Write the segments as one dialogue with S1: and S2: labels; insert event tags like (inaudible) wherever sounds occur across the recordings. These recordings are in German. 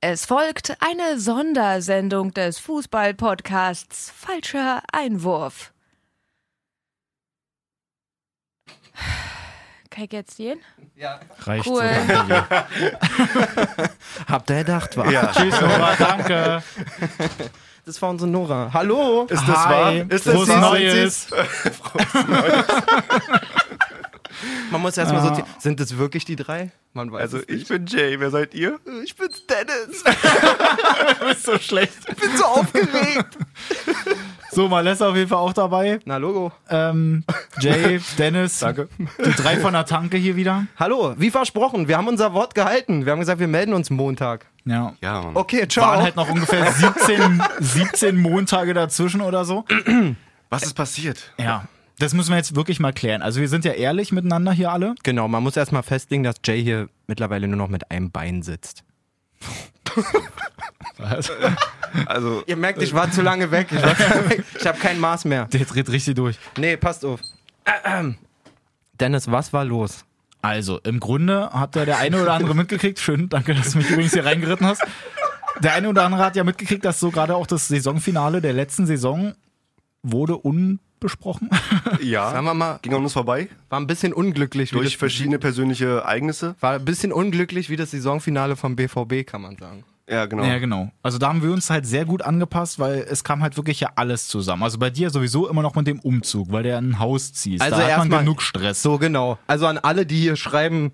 S1: Es folgt eine Sondersendung des Fußballpodcasts Falscher Einwurf. (sighs) Kann ich jetzt gehen?
S2: Reicht
S1: Cool.
S2: sogar. (laughs) Video.
S3: Habt ihr gedacht, war?
S2: Tschüss, Nora, danke.
S3: Das war unsere Nora. Hallo!
S4: Ist das wahr?
S2: Hi.
S4: Ist das
S2: Frohes
S4: wahr?
S2: Neues.
S3: Man muss erstmal sortieren. Sind das wirklich die drei? Man weiß
S4: Also
S3: es
S4: ich bin Jay, wer seid ihr?
S3: Ich bin's Dennis.
S2: Ist so schlecht.
S3: Ich bin so aufgeregt.
S2: (laughs) So, Malessa auf jeden Fall auch dabei.
S3: Na, Logo.
S2: Ähm, (laughs) Jay, Dennis.
S4: Danke.
S2: Die drei von der Tanke hier wieder.
S3: Hallo, wie versprochen, wir haben unser Wort gehalten. Wir haben gesagt, wir melden uns Montag.
S2: Ja.
S4: Ja, Mann.
S3: Okay,
S2: Waren
S3: ciao.
S2: halt noch ungefähr 17, 17 Montage dazwischen oder so.
S4: Was ist passiert?
S2: Ja. Das müssen wir jetzt wirklich mal klären. Also wir sind ja ehrlich miteinander hier alle.
S3: genau, man muss erstmal festlegen, dass Jay hier mittlerweile nur noch mit einem Bein sitzt.
S4: Also,
S3: Ihr merkt, ich war zu lange weg. Ich, war zu lange weg. ich habe kein Maß mehr.
S2: Der dreht richtig durch.
S3: Nee, passt auf. Dennis, was war los?
S2: Also, im Grunde hat ja der eine oder andere mitgekriegt. Schön, danke, dass du mich übrigens hier reingeritten hast. Der eine oder andere hat ja mitgekriegt, dass so gerade auch das Saisonfinale der letzten Saison wurde unbesprochen.
S4: ja,
S3: Sagen wir mal,
S4: ging an uns vorbei
S3: war ein bisschen unglücklich. wie
S4: durch
S3: das-
S4: verschiedene persönliche Ereignisse.
S3: War ein bisschen unglücklich wie das Saisonfinale vom BVB, kann man sagen.
S4: Ja, genau.
S2: Ja, genau. Also da haben wir uns halt sehr gut angepasst, weil es kam halt wirklich ja alles zusammen. Also bei dir sowieso immer noch mit dem Umzug, weil der ein Haus ziehst.
S3: Also
S2: da hat man
S3: erstmal-
S2: genug Stress.
S3: So genau. Also an alle, die hier schreiben,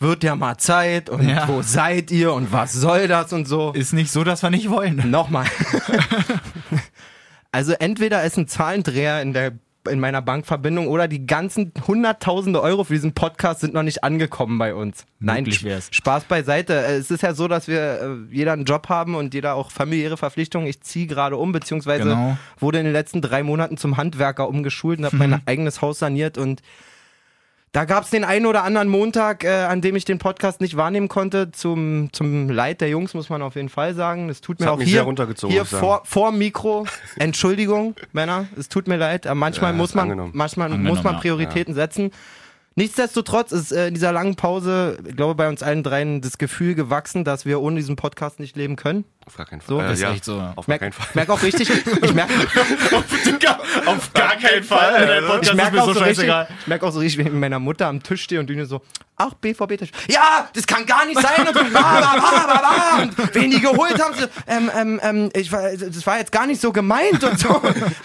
S3: wird ja mal Zeit und
S2: Ja.
S3: wo seid ihr und was soll das und so.
S2: Ist nicht so, dass wir nicht wollen.
S3: Nochmal. (laughs) also entweder ist ein Zahlendreher in der in meiner Bankverbindung oder die ganzen hunderttausende Euro für diesen Podcast sind noch nicht angekommen bei uns. Nein,
S2: Möglich
S3: Sch-
S2: wär's.
S3: Spaß beiseite. Äh, Es ist ja so, dass wir äh, jeder einen Job haben und jeder auch familiäre Verpflichtungen. Ich ziehe gerade um, beziehungsweise
S2: Genau.
S3: wurde in den letzten drei Monaten zum Handwerker umgeschult
S2: (laughs)
S3: und habe mein eigenes Haus saniert und da gab es den einen oder anderen Montag, äh, an dem ich den Podcast nicht wahrnehmen konnte. Zum, zum Leid der Jungs muss man auf jeden Fall sagen. Das tut mir
S4: hat
S3: auch
S4: mich
S3: hier,
S4: sehr runtergezogen,
S3: hier
S4: muss ich
S3: vor, vor Mikro. (laughs) Entschuldigung, Männer, es tut mir leid. Aber manchmal
S4: Ja,
S3: muss
S4: ist
S3: man,
S4: angenommen.
S3: manchmal muss
S2: Angenommen,
S3: man
S2: ja.
S3: Prioritäten setzen. Nichtsdestotrotz ist äh, in dieser langen Pause, ich glaube bei uns allen dreien das Gefühl gewachsen, dass wir ohne diesen Podcast nicht leben können.
S4: Auf gar keinen Fall.
S3: So,
S4: äh,
S2: das ist
S4: ja.
S2: echt so.
S4: Auf gar
S3: Merk,
S4: keinen Fall.
S3: merk auch richtig, ich
S4: (laughs)
S3: merke
S2: (laughs) Auf gar keinen Fall. Der Podcast
S3: ich merke
S2: ist
S3: auch,
S2: mir so
S3: so richtig-
S2: scheißegal.
S3: ich merk auch so richtig, wenn ich mit meiner Mutter am Tisch stehe und die nur so, ach, BVB-Tisch. Ja, das kann gar nicht sein. Und, bla, bla, bla, bla, bla, und wen die geholt haben, so, ähm, ähm, ähm, ich, war- das war jetzt gar nicht so gemeint und so.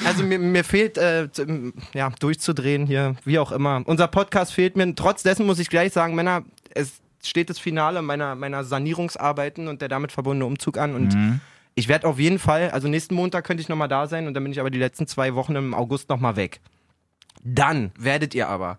S3: Also mir, mir fehlt, äh, zum- ja, durchzudrehen hier, wie auch immer. Unser Podcast fehlt mir. Trotz dessen muss ich gleich sagen, Männer, es steht das Finale meiner, meiner Sanierungsarbeiten und der damit verbundene Umzug an und
S2: Mhm.
S3: Ich werde auf jeden Fall, also nächsten Montag könnte ich nochmal da sein und dann bin ich aber die letzten zwei Wochen im August nochmal weg. Dann werdet ihr aber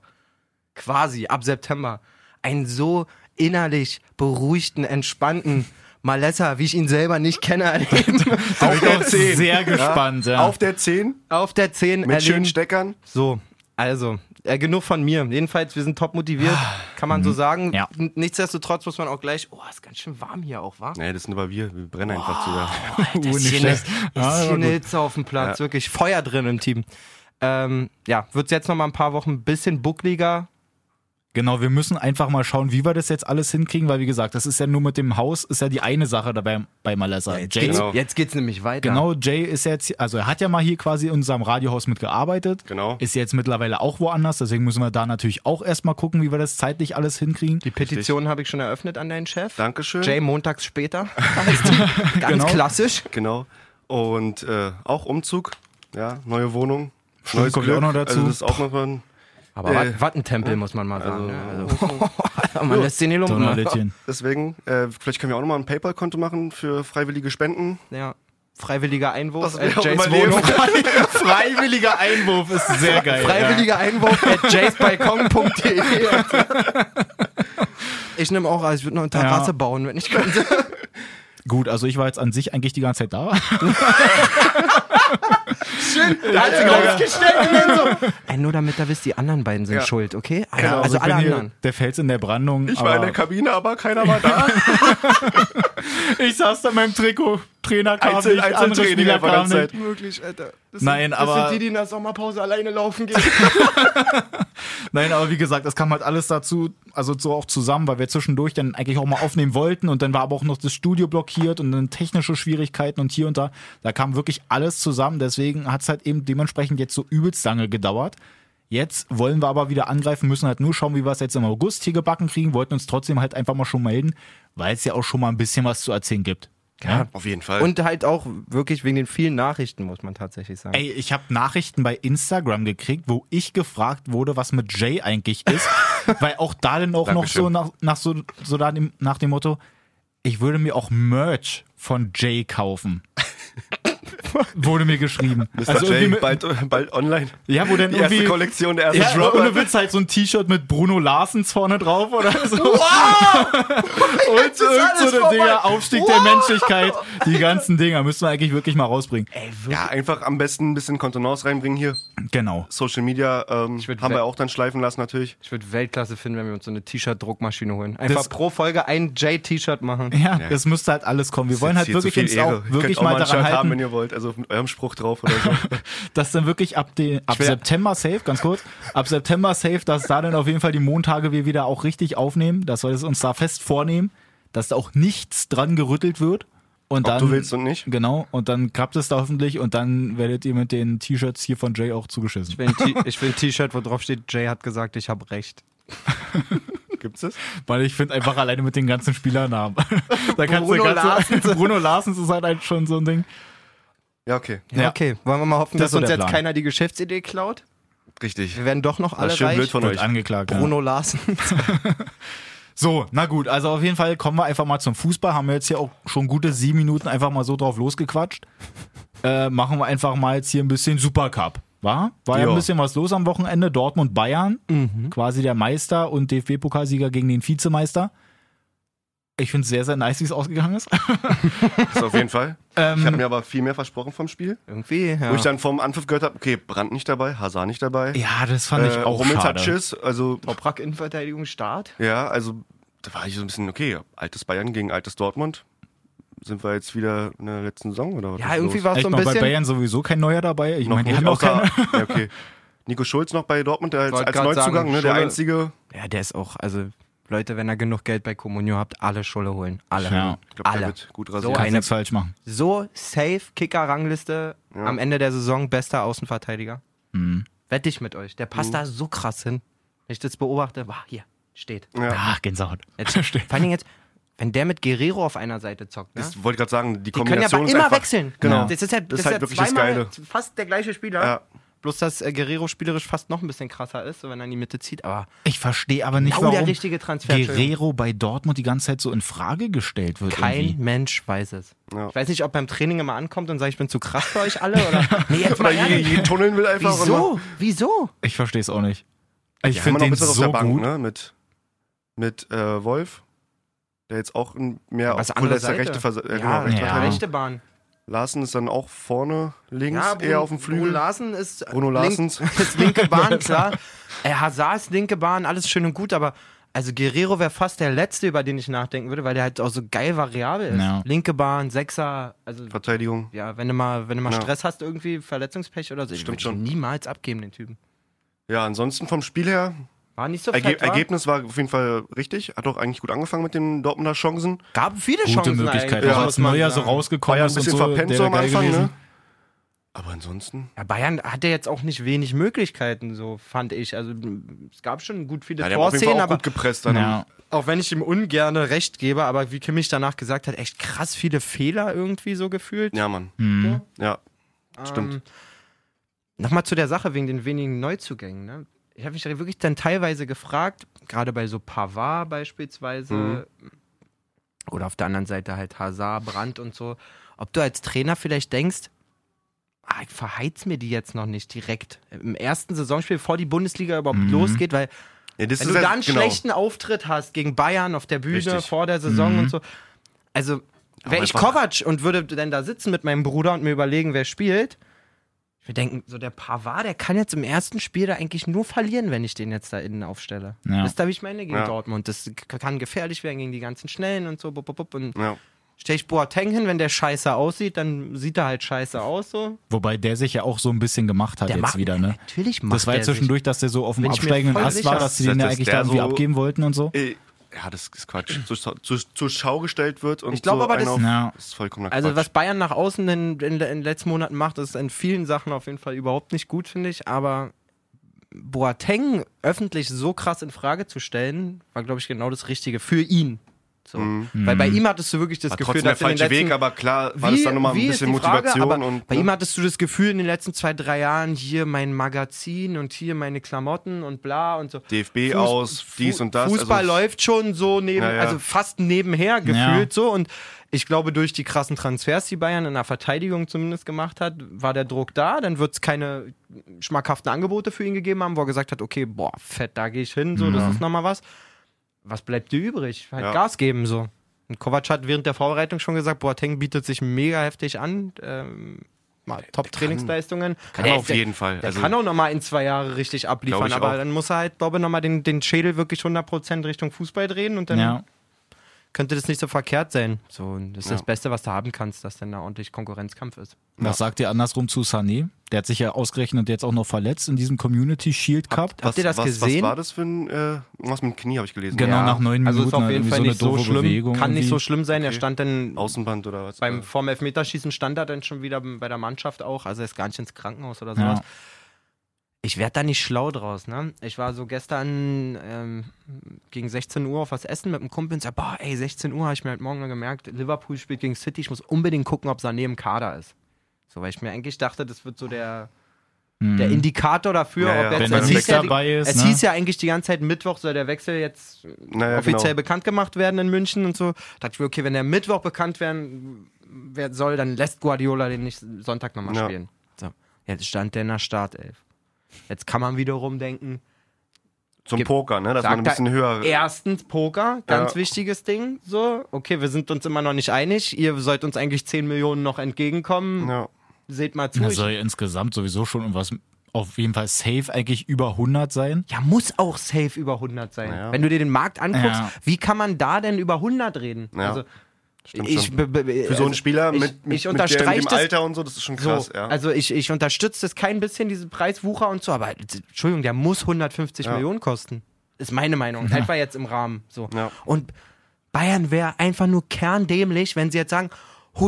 S3: quasi ab September einen so innerlich beruhigten,
S2: (laughs)
S3: entspannten Malessa, wie ich ihn selber nicht kenne, erleben.
S2: Ich bin auch
S4: zehn.
S2: sehr gespannt. Ja.
S4: Auf der 10
S3: auf der 10
S4: mit schönen
S3: erleben.
S4: Steckern.
S3: So, also, äh, genug von mir. Jedenfalls, wir sind top
S2: (sighs)
S3: motiviert, kann man so sagen.
S2: Mhm. Ja.
S3: N- Nichtsdestotrotz muss man auch gleich, oh, ist ganz schön warm hier
S2: (laughs)
S3: auch, wa?
S4: Nee, das sind aber wir. Wir brennen einfach zu.
S2: Oh,
S3: Ist
S2: nicht
S3: hier eine,
S2: schlecht.
S3: ist hier
S2: Ja, aber
S3: eine
S2: gut.
S3: Hitze auf dem Platz, wirklich Feuer drin im Team. Ähm, ja, wird es jetzt noch mal ein paar Wochen ein bisschen buckliger.
S2: Genau, wir müssen einfach mal schauen, wie wir das jetzt alles hinkriegen, weil wie gesagt, das ist ja nur mit dem Haus, ist ja die eine Sache dabei bei Malessa. Jay,
S3: Geht's-
S4: Genau.
S3: Jetzt geht's nämlich weiter.
S2: genau, Jay ist jetzt, also er hat ja mal hier quasi in unserem Radiohaus mitgearbeitet.
S4: Genau.
S2: Ist jetzt mittlerweile auch woanders, deswegen müssen wir da natürlich auch erstmal gucken, wie wir das zeitlich alles hinkriegen.
S3: Die Petition habe ich schon eröffnet an deinen Chef.
S4: Dankeschön.
S3: Jay montags später. heißt die. (laughs) Ganz
S2: Genau.
S3: klassisch.
S4: Genau. Und äh, auch Umzug. Ja, neue Wohnung. Neues
S2: kommt ja auch noch
S4: Glück.
S2: dazu.
S4: Also das ist auch noch ein
S3: Aber
S4: Äh,
S3: äh, Wattentempel muss man mal sagen. ne? Also, man lässt den nicht lumpen.
S2: Donnerlittchen.
S4: (laughs) Deswegen, äh, vielleicht können wir auch nochmal ein PayPal-Konto machen für freiwillige Spenden.
S3: Ja. Freiwilliger Einwurf
S2: Äh,
S4: Was
S3: at
S4: wir auch
S3: Jays
S4: immer leben.
S3: Wohnung.
S2: (laughs) Freiwilliger
S3: (laughs)
S2: Einwurf ist sehr geil.
S3: Freiwilliger Einwurf (laughs) at (laughs) jaysbalkon.de. Ich nehme auch, also ich würde noch eine Terrasse
S2: Ja.
S3: bauen, wenn ich könnte.
S2: Ja. Gut, also ich war jetzt an sich eigentlich die ganze Zeit da.
S3: Da hat sie rausgestellt und dann so. (laughs) Ey, nur damit ihr wisst, die anderen beiden sind
S4: Ja.
S3: schuld, okay? Alle,
S2: (laughs)
S4: Genau,
S3: also
S2: ich bin
S3: alle
S2: hier
S3: anderen.
S2: der Fels in der Brandung.
S4: Ich war in
S2: aber- (laughs)
S4: der Kabine, aber keiner war da. (laughs)
S2: Ich saß da in meinem Trikot, Trainer kam
S4: Einzel,
S2: nicht, andere
S4: Einzeltraining
S2: Spieler
S4: einfach
S2: kamen
S4: ganz
S2: nicht.
S4: Zeit.
S3: Möglich, Alter. Das
S2: Nein,
S3: sind,
S2: aber-
S3: Das sind die, die in der Sommerpause alleine laufen gehen.
S2: Nein, aber wie gesagt, das kam halt alles dazu, also so auch zusammen, weil wir zwischendurch dann eigentlich auch mal aufnehmen wollten und dann war aber auch noch das Studio blockiert und dann technische Schwierigkeiten und hier und da. Da kam wirklich alles zusammen, deswegen hat es halt eben dementsprechend jetzt so übelst lange gedauert. Jetzt wollen wir aber wieder angreifen, müssen halt nur schauen, wie wir es jetzt im August hier gebacken kriegen, wollten uns trotzdem halt einfach mal schon melden, weil es ja auch schon mal ein bisschen was zu erzählen gibt. Ja.
S4: (laughs) Auf jeden Fall.
S3: Und halt auch wirklich wegen den vielen Nachrichten, muss man tatsächlich sagen.
S2: Ey, ich habe Nachrichten bei Instagram gekriegt, wo ich gefragt wurde, was mit Jay eigentlich
S4: (laughs)
S2: ist, weil auch da dann auch noch
S4: Dankeschön.
S2: so nach, nach so, so da dem, nach dem Motto, ich würde mir auch Merch von Jay kaufen.
S4: (laughs)
S2: wurde mir geschrieben.
S4: Mr.
S2: Also irgendwie
S4: J,
S2: mit,
S4: bald, bald online.
S2: ja, wo dann
S4: Die erste
S2: irgendwie
S4: Kollektion, der erste
S2: ja,
S4: Drop.
S2: ohne Witz halt so ein T-Shirt mit Bruno Larsens vorne drauf oder so. Und irgend so eine
S3: vorbei.
S2: Dinger, Aufstieg der Menschlichkeit, die ganzen Dinger müssen wir eigentlich wirklich mal rausbringen.
S4: Ja, einfach am besten ein bisschen Kontenance reinbringen hier.
S2: Genau.
S4: Social Media ähm,
S3: würd
S4: haben
S3: we-
S4: wir auch dann schleifen lassen natürlich.
S3: Ich würde Weltklasse finden, wenn wir uns so eine T-Shirt-Druckmaschine holen. Einfach
S2: Das-
S3: pro Folge ein J-T-Shirt
S4: (laughs)
S3: machen.
S2: Ja, das müsste halt alles kommen. Wir wollen
S4: Jetzt
S2: halt
S4: hier zu
S2: wirklich
S4: viel
S2: uns
S4: Ehre.
S2: auch
S4: Ihr
S2: wirklich
S4: könnt auch
S2: mal
S4: ein Shirt
S2: daran
S4: haben,
S2: halten,
S4: wenn ihr wollt. Also mit eurem Spruch drauf oder
S2: (laughs)
S4: so.
S2: dass dann wirklich ab, den, ab
S3: will-
S2: September safe, ganz kurz, ab September safe, dass da dann auf jeden Fall die Montage wir wieder auch richtig aufnehmen, dass wir das uns da fest vornehmen, dass da auch nichts dran gerüttelt wird. Und
S4: Ob
S2: dann,
S4: du willst und nicht.
S2: Genau, und dann klappt es da hoffentlich und dann werdet ihr mit den T-Shirts hier von Jay auch zugeschissen.
S3: Ich will ein T- Ich will ein T-Shirt, wo drauf steht, Jay hat gesagt, ich habe recht.
S4: Gibt's das?
S2: Weil ich finde einfach alleine mit den ganzen Spielernamen. (laughs) da kannst
S3: Bruno
S2: du ganze, (laughs) Bruno Larsens ist halt, halt schon so ein Ding.
S4: Ja, okay.
S2: Ja.
S3: Okay, wollen wir mal hoffen,
S2: Das
S3: dass
S2: ist so
S3: uns
S2: der
S3: jetzt
S2: Plan.
S3: keiner die Geschäftsidee klaut?
S4: Richtig.
S3: Wir werden doch noch alle
S4: Das ist schön
S3: reich.
S4: blöd von
S2: Wird
S4: euch.
S2: angeklagt. ja.
S3: Bruno
S4: (laughs)
S3: Larsen.
S2: So, na gut, also auf jeden Fall kommen wir einfach mal zum Fußball. Haben wir jetzt hier auch schon gute sieben Minuten einfach mal so drauf losgequatscht. Äh, machen wir einfach mal jetzt hier ein bisschen Supercup. War? War ja
S4: Ja.
S2: ein bisschen was los am Wochenende. Dortmund-Bayern,
S4: Mhm.
S2: quasi der Meister und DFB-Pokalsieger gegen den Vizemeister. Ich finde es sehr, sehr nice, wie es ausgegangen ist.
S4: Das auf jeden Fall. ich habe mir aber viel mehr versprochen vom Spiel.
S3: Irgendwie, ja.
S4: Wo ich dann vom Anpfiff gehört habe, okay, Brandt nicht dabei, Hazard nicht dabei.
S2: Ja, das fand ich
S4: Äh,
S2: auch
S4: Hummels
S2: schade.
S4: hat Schiss. Also,
S3: Toprak Innenverteidigung Start.
S4: ja, also da war ich so ein bisschen, okay, altes Bayern gegen altes Dortmund. Sind wir jetzt wieder in der letzten Saison oder was?
S3: Ja,
S4: ist
S3: irgendwie
S4: los?
S3: war es
S2: Echt
S3: so ein
S2: mal, bei
S3: bisschen.
S2: Bayern sowieso kein Neuer dabei. Ich
S4: noch
S2: meine, die
S4: nicht,
S2: haben auch
S4: außer,
S2: keine.
S4: (laughs) ja, okay. Nico Schulz noch bei Dortmund der als,
S3: Wollte
S4: als
S3: grad
S4: Neuzugang,
S3: sagen,
S4: ne, der
S3: Schulle-
S4: einzige.
S3: Ja, der ist auch, also Leute, wenn ihr genug Geld bei Comunio habt, alle Schulle holen. Alle.
S2: Ja.
S4: Ich glaube, der
S3: alle.
S4: wird gut
S3: So
S4: rasiert.
S2: Kann
S3: eine-
S2: nichts falsch machen.
S3: So safe Kicker-Rangliste am Ende der Saison, bester Außenverteidiger.
S2: Mhm.
S3: Wette ich mit euch. Der passt
S4: Mhm.
S3: da so krass hin. Wenn ich das beobachte, wah, hier,
S2: (laughs)
S3: steht.
S4: ja.
S2: Ach, Gänsehaut.
S3: Jetzt, vor allen Dingen jetzt, wenn der mit Guerrero auf einer Seite zockt, ne?
S4: Ich wollte gerade sagen, die,
S3: die können ja
S4: Kombination
S3: aber
S4: ist
S3: immer
S4: einfach,
S3: wechseln.
S4: Genau.
S3: Das ist halt,
S4: Das
S3: das
S4: ist
S3: ist
S4: halt
S3: ja
S4: wirklich das
S3: zweimal
S4: Geile.
S3: Fast der gleiche Spieler.
S4: Ja.
S3: Bloß, dass äh, Guerrero spielerisch fast noch ein bisschen krasser ist, wenn er in die Mitte zieht. Aber
S2: Ich verstehe aber nicht,
S3: genau
S2: warum
S3: der richtige Transfer. Entschuldigung.
S2: Guerrero bei Dortmund die ganze Zeit so in Frage gestellt wird.
S3: Kein
S2: irgendwie.
S3: Mensch weiß es.
S4: Ja.
S3: Ich weiß nicht, ob beim Training immer ankommt und sagt, ich bin zu krass für euch alle. Oder,
S4: (laughs)
S3: nee, jetzt
S4: Oder
S3: mal
S4: je,
S3: ehrlich.
S4: je tunneln will einfach. und macht-
S3: Wieso? Wieso?
S2: Ich verstehe es auch nicht. Ich
S4: Ja,
S2: finde
S4: immer noch ein
S2: den
S4: bisschen auf der
S2: so
S4: Bank,
S2: gut.
S4: ne? Mit, mit äh, Wolf, der jetzt auch ein- mehr
S3: Was,
S4: auf obwohl
S3: andere
S4: er ist der
S3: Seite?
S4: rechte Verse- äh,
S3: ja,
S4: genau, rechte
S2: ja.
S4: Verteidiger.
S3: rechte Bahn.
S4: Larsen ist dann auch vorne links,
S3: Ja, Bruno-
S4: eher auf dem
S3: Bruno
S4: Flügel.
S3: Larsen ist,
S4: Bruno Larsens.
S3: Link, (laughs) ist
S4: (laughs)
S3: linke Bahn, klar. Äh, Hazard ist linke Bahn, alles schön und gut, aber also Guerrero wäre fast der Letzte, über den ich nachdenken würde, weil der halt auch so geil variabel ist.
S2: Ja.
S3: Linke Bahn, Sechser, also
S4: Verteidigung.
S3: ja, wenn du mal, wenn du mal
S4: Ja.
S3: Stress hast, irgendwie Verletzungspech oder so,
S4: Stimmt
S3: ich
S4: schon.
S3: niemals abgeben, den Typen.
S4: Ja, ansonsten vom Spiel her,
S3: War nicht so
S4: Erge
S3: fett, wa?
S4: Ergebnis war auf jeden Fall richtig. Hat auch eigentlich gut angefangen mit den Dortmunder Chancen.
S3: Gab viele
S2: Gute
S3: Chancen
S2: Möglichkeit.
S3: eigentlich,
S2: Ja,
S3: muss
S2: als
S3: man
S2: Neuer so
S3: sagen.
S4: War
S2: rausgekommen
S4: ja ein
S2: ist und
S4: bisschen
S2: so,
S4: verpennt
S2: der
S4: so am
S2: geil
S4: Anfang,
S2: gewesen.
S4: ne? Aber ansonsten.
S3: Ja, Bayern hatte jetzt auch nicht wenig Möglichkeiten, so fand ich. Also m- es gab schon gut viele
S4: Ja, der war auf jeden
S3: Torszenen,
S4: Fall auch
S3: aber
S4: gut gepresst. Dann.
S2: Ja.
S3: auch wenn ich ihm ungerne recht gebe, aber wie Kimmich danach gesagt hat, echt krass viele Fehler irgendwie so gefühlt.
S4: ja, Mann.
S2: Hm. Mhm.
S4: Ja, stimmt.
S3: Ähm, Nochmal zu der Sache wegen den wenigen Neuzugängen. Ne? Ich habe mich wirklich dann teilweise gefragt, gerade bei so Pavard beispielsweise
S4: Mhm.
S3: oder auf der anderen Seite halt Hazard, Brandt und so, ob du als Trainer vielleicht denkst, ah, ich verheiz mir die jetzt noch nicht direkt im ersten Saisonspiel, bevor die Bundesliga überhaupt
S4: Mhm.
S3: losgeht, weil
S4: Ja, das
S3: wenn du
S4: ist ja-
S3: da einen
S4: genau.
S3: schlechten Auftritt hast gegen Bayern auf der Bühne
S4: Richtig. Mhm.
S3: vor der Saison und so. Also, wäre ich
S4: einfach-
S3: Kovac und würde denn da sitzen mit meinem Bruder und mir überlegen, wer spielt, ich würde denken, so der Pavard, der kann jetzt im ersten Spiel da eigentlich nur verlieren, wenn ich den jetzt da innen aufstelle.
S2: Ja.
S3: Wisst ihr, wie ich meine? Gegen
S4: Ja.
S3: Dortmund. Das k- kann gefährlich werden gegen die ganzen Schnellen und so. Bup, bup, bup. Und
S4: Ja.
S3: Stell ich Boateng hin, wenn der scheiße aussieht, dann sieht er halt scheiße aus so.
S2: Wobei der sich ja auch so ein bisschen gemacht hat
S3: Der
S2: jetzt
S3: macht-
S2: wieder, ne?
S3: Natürlich macht
S2: Das war ja
S3: der
S2: zwischendurch, dass der so auf dem
S3: Bin ich mir
S2: absteigenden
S3: voll
S2: Ast
S3: sicher,
S2: war, dass sie den
S4: dass
S2: ja eigentlich
S4: der
S2: da irgendwie
S4: so-
S2: abgeben wollten und so.
S4: Äh, ja, das ist Quatsch. Zur, Schau- zur, zur Schau gestellt wird und
S3: Ich glaube
S4: so
S3: aber,
S4: einer
S3: das-
S4: auf-
S2: Ja.
S4: das ist vollkommener Quatsch.
S3: Also was Bayern nach außen in, in, in den letzten Monaten macht, ist in vielen Sachen auf jeden Fall überhaupt nicht gut, finde ich. Aber Boateng öffentlich so krass in Frage zu stellen, war, glaube ich, genau das Richtige für ihn. So. Weil bei ihm hattest du wirklich das
S4: war
S3: Gefühl,
S4: Mhm. trotzdem der
S3: dass in den
S4: falsche
S3: letzten,
S4: Weg, aber klar war das dann nochmal ein
S3: wie
S4: bisschen
S3: ist die Frage?
S4: Motivation
S3: Aber
S4: und
S3: Bei
S4: ne?
S3: ihm hattest du das Gefühl in den letzten zwei, drei Jahren, hier mein Magazin und hier meine Klamotten und bla und so. Fuß-
S4: DFB aus, dies
S3: Fu-
S4: und das.
S3: Fußball
S4: also,
S3: läuft schon so neben,
S4: Ja, ja.
S3: also fast nebenher gefühlt
S2: Ja.
S3: so. Und ich glaube, durch die krassen Transfers, die Bayern in der Verteidigung zumindest gemacht hat, war der Druck da. Dann wird es keine schmackhaften Angebote für ihn gegeben haben, wo er gesagt hat, okay, boah, fett, da gehe ich hin, so, das ist nochmal was. Was bleibt dir übrig? Halt
S4: Ja.
S3: Gas geben so. Und Kovac hat während der Vorbereitung schon gesagt, Boateng bietet sich mega heftig an. Ähm, mal Top-Trainingsleistungen.
S4: kann
S3: Der-
S4: er auf
S3: der-
S4: jeden Fall.
S3: der
S4: Also-
S3: kann auch nochmal in zwei Jahre richtig
S4: Glaub
S3: abliefern,
S4: ich
S3: aber
S4: auch.
S3: dann muss er halt, glaube ich, nochmal den, den Schädel wirklich 100% Richtung Fußball drehen und dann
S2: Ja.
S3: könnte das nicht so verkehrt sein. So, und das ist
S4: Ja.
S3: das Beste, was du haben kannst, dass dann da ordentlich Konkurrenzkampf ist.
S2: Was sagt ihr andersrum zu Sané? Der hat sich ja ausgerechnet jetzt auch noch verletzt in diesem Community Shield Cup.
S3: Habt ihr das
S4: was,
S3: gesehen?
S4: Was war das für ein, äh, was mit dem Knie habe ich gelesen?
S2: Genau, nach neun
S3: also ist
S2: Minuten
S3: auf jeden
S2: irgendwie
S3: Fall
S2: so eine
S3: nicht so
S2: doofe
S3: schlimm.
S2: Bewegung
S3: Kann nicht
S2: irgendwie.
S3: so schlimm sein. Er stand dann
S4: Außenband oder was?
S3: beim
S4: Äh,
S3: vorm Elfmeterschießen stand er dann schon wieder bei der Mannschaft auch. Also er ist gar nicht ins Krankenhaus oder sowas.
S2: Ja.
S3: Ich werde da nicht schlau draus, ne? Ich war so gestern ähm, gegen 16 Uhr auf was essen mit einem Kumpel und sag, boah, ey, 16 Uhr habe ich mir heute Morgen noch gemerkt, Liverpool spielt gegen City, ich muss unbedingt gucken, ob Sané im Kader ist. So, weil ich mir eigentlich dachte, das wird so der,
S2: Mhm.
S3: der Indikator dafür,
S4: Ja, ja.
S3: ob jetzt
S4: Wenn
S3: es
S4: er
S3: hieß
S4: nicht
S3: ja,
S2: dabei ist,
S3: Es
S2: ne?
S3: hieß ja eigentlich die ganze Zeit Mittwoch soll der Wechsel jetzt
S4: naja,
S3: offiziell
S4: genau.
S3: bekannt gemacht werden in München und so. Dachte ich mir, okay, wenn der Mittwoch bekannt werden wer- soll, dann lässt Guardiola den nicht Sonntag nochmal
S4: Ja.
S3: spielen. So. Jetzt stand der in der Startelf. Jetzt kann man wiederum denken,
S4: Zum
S3: gibt-
S4: Poker, ne? Dass man ein
S3: sagt er,
S4: bisschen höher.
S3: erstens Poker, ganz
S4: Ja.
S3: wichtiges Ding, so, okay, wir sind uns immer noch nicht einig, ihr sollt uns eigentlich 10 Millionen noch entgegenkommen,
S4: Ja.
S3: seht mal zu.
S2: Da
S3: ich-
S2: soll ja insgesamt sowieso schon irgendwas auf jeden Fall safe eigentlich über 100 sein.
S3: ja, muss auch safe über 100 sein.
S4: Ja.
S3: Wenn du dir den Markt anguckst,
S2: Ja.
S3: wie kann man da denn über 100 reden?
S4: Ja.
S3: Also,
S4: Stimmt
S3: ich,
S4: schon.
S3: be- be- be-
S4: Für so einen
S3: also,
S4: Spieler
S3: ich-
S4: mit, mit,
S3: ich
S4: mit der,
S3: unterstreiche
S4: dem
S3: das-
S4: Alter und so, das ist schon
S3: So,
S4: krass, ja.
S3: Also ich, ich unterstütze das kein bisschen, diesen Preiswucher und so, aber Entschuldigung, der muss 150
S4: Ja.
S3: Millionen kosten. Ist meine
S2: (laughs)
S3: Meinung. Einfach jetzt im Rahmen. So.
S4: Ja.
S3: Und Bayern wäre einfach nur kerndämlich, wenn sie jetzt sagen,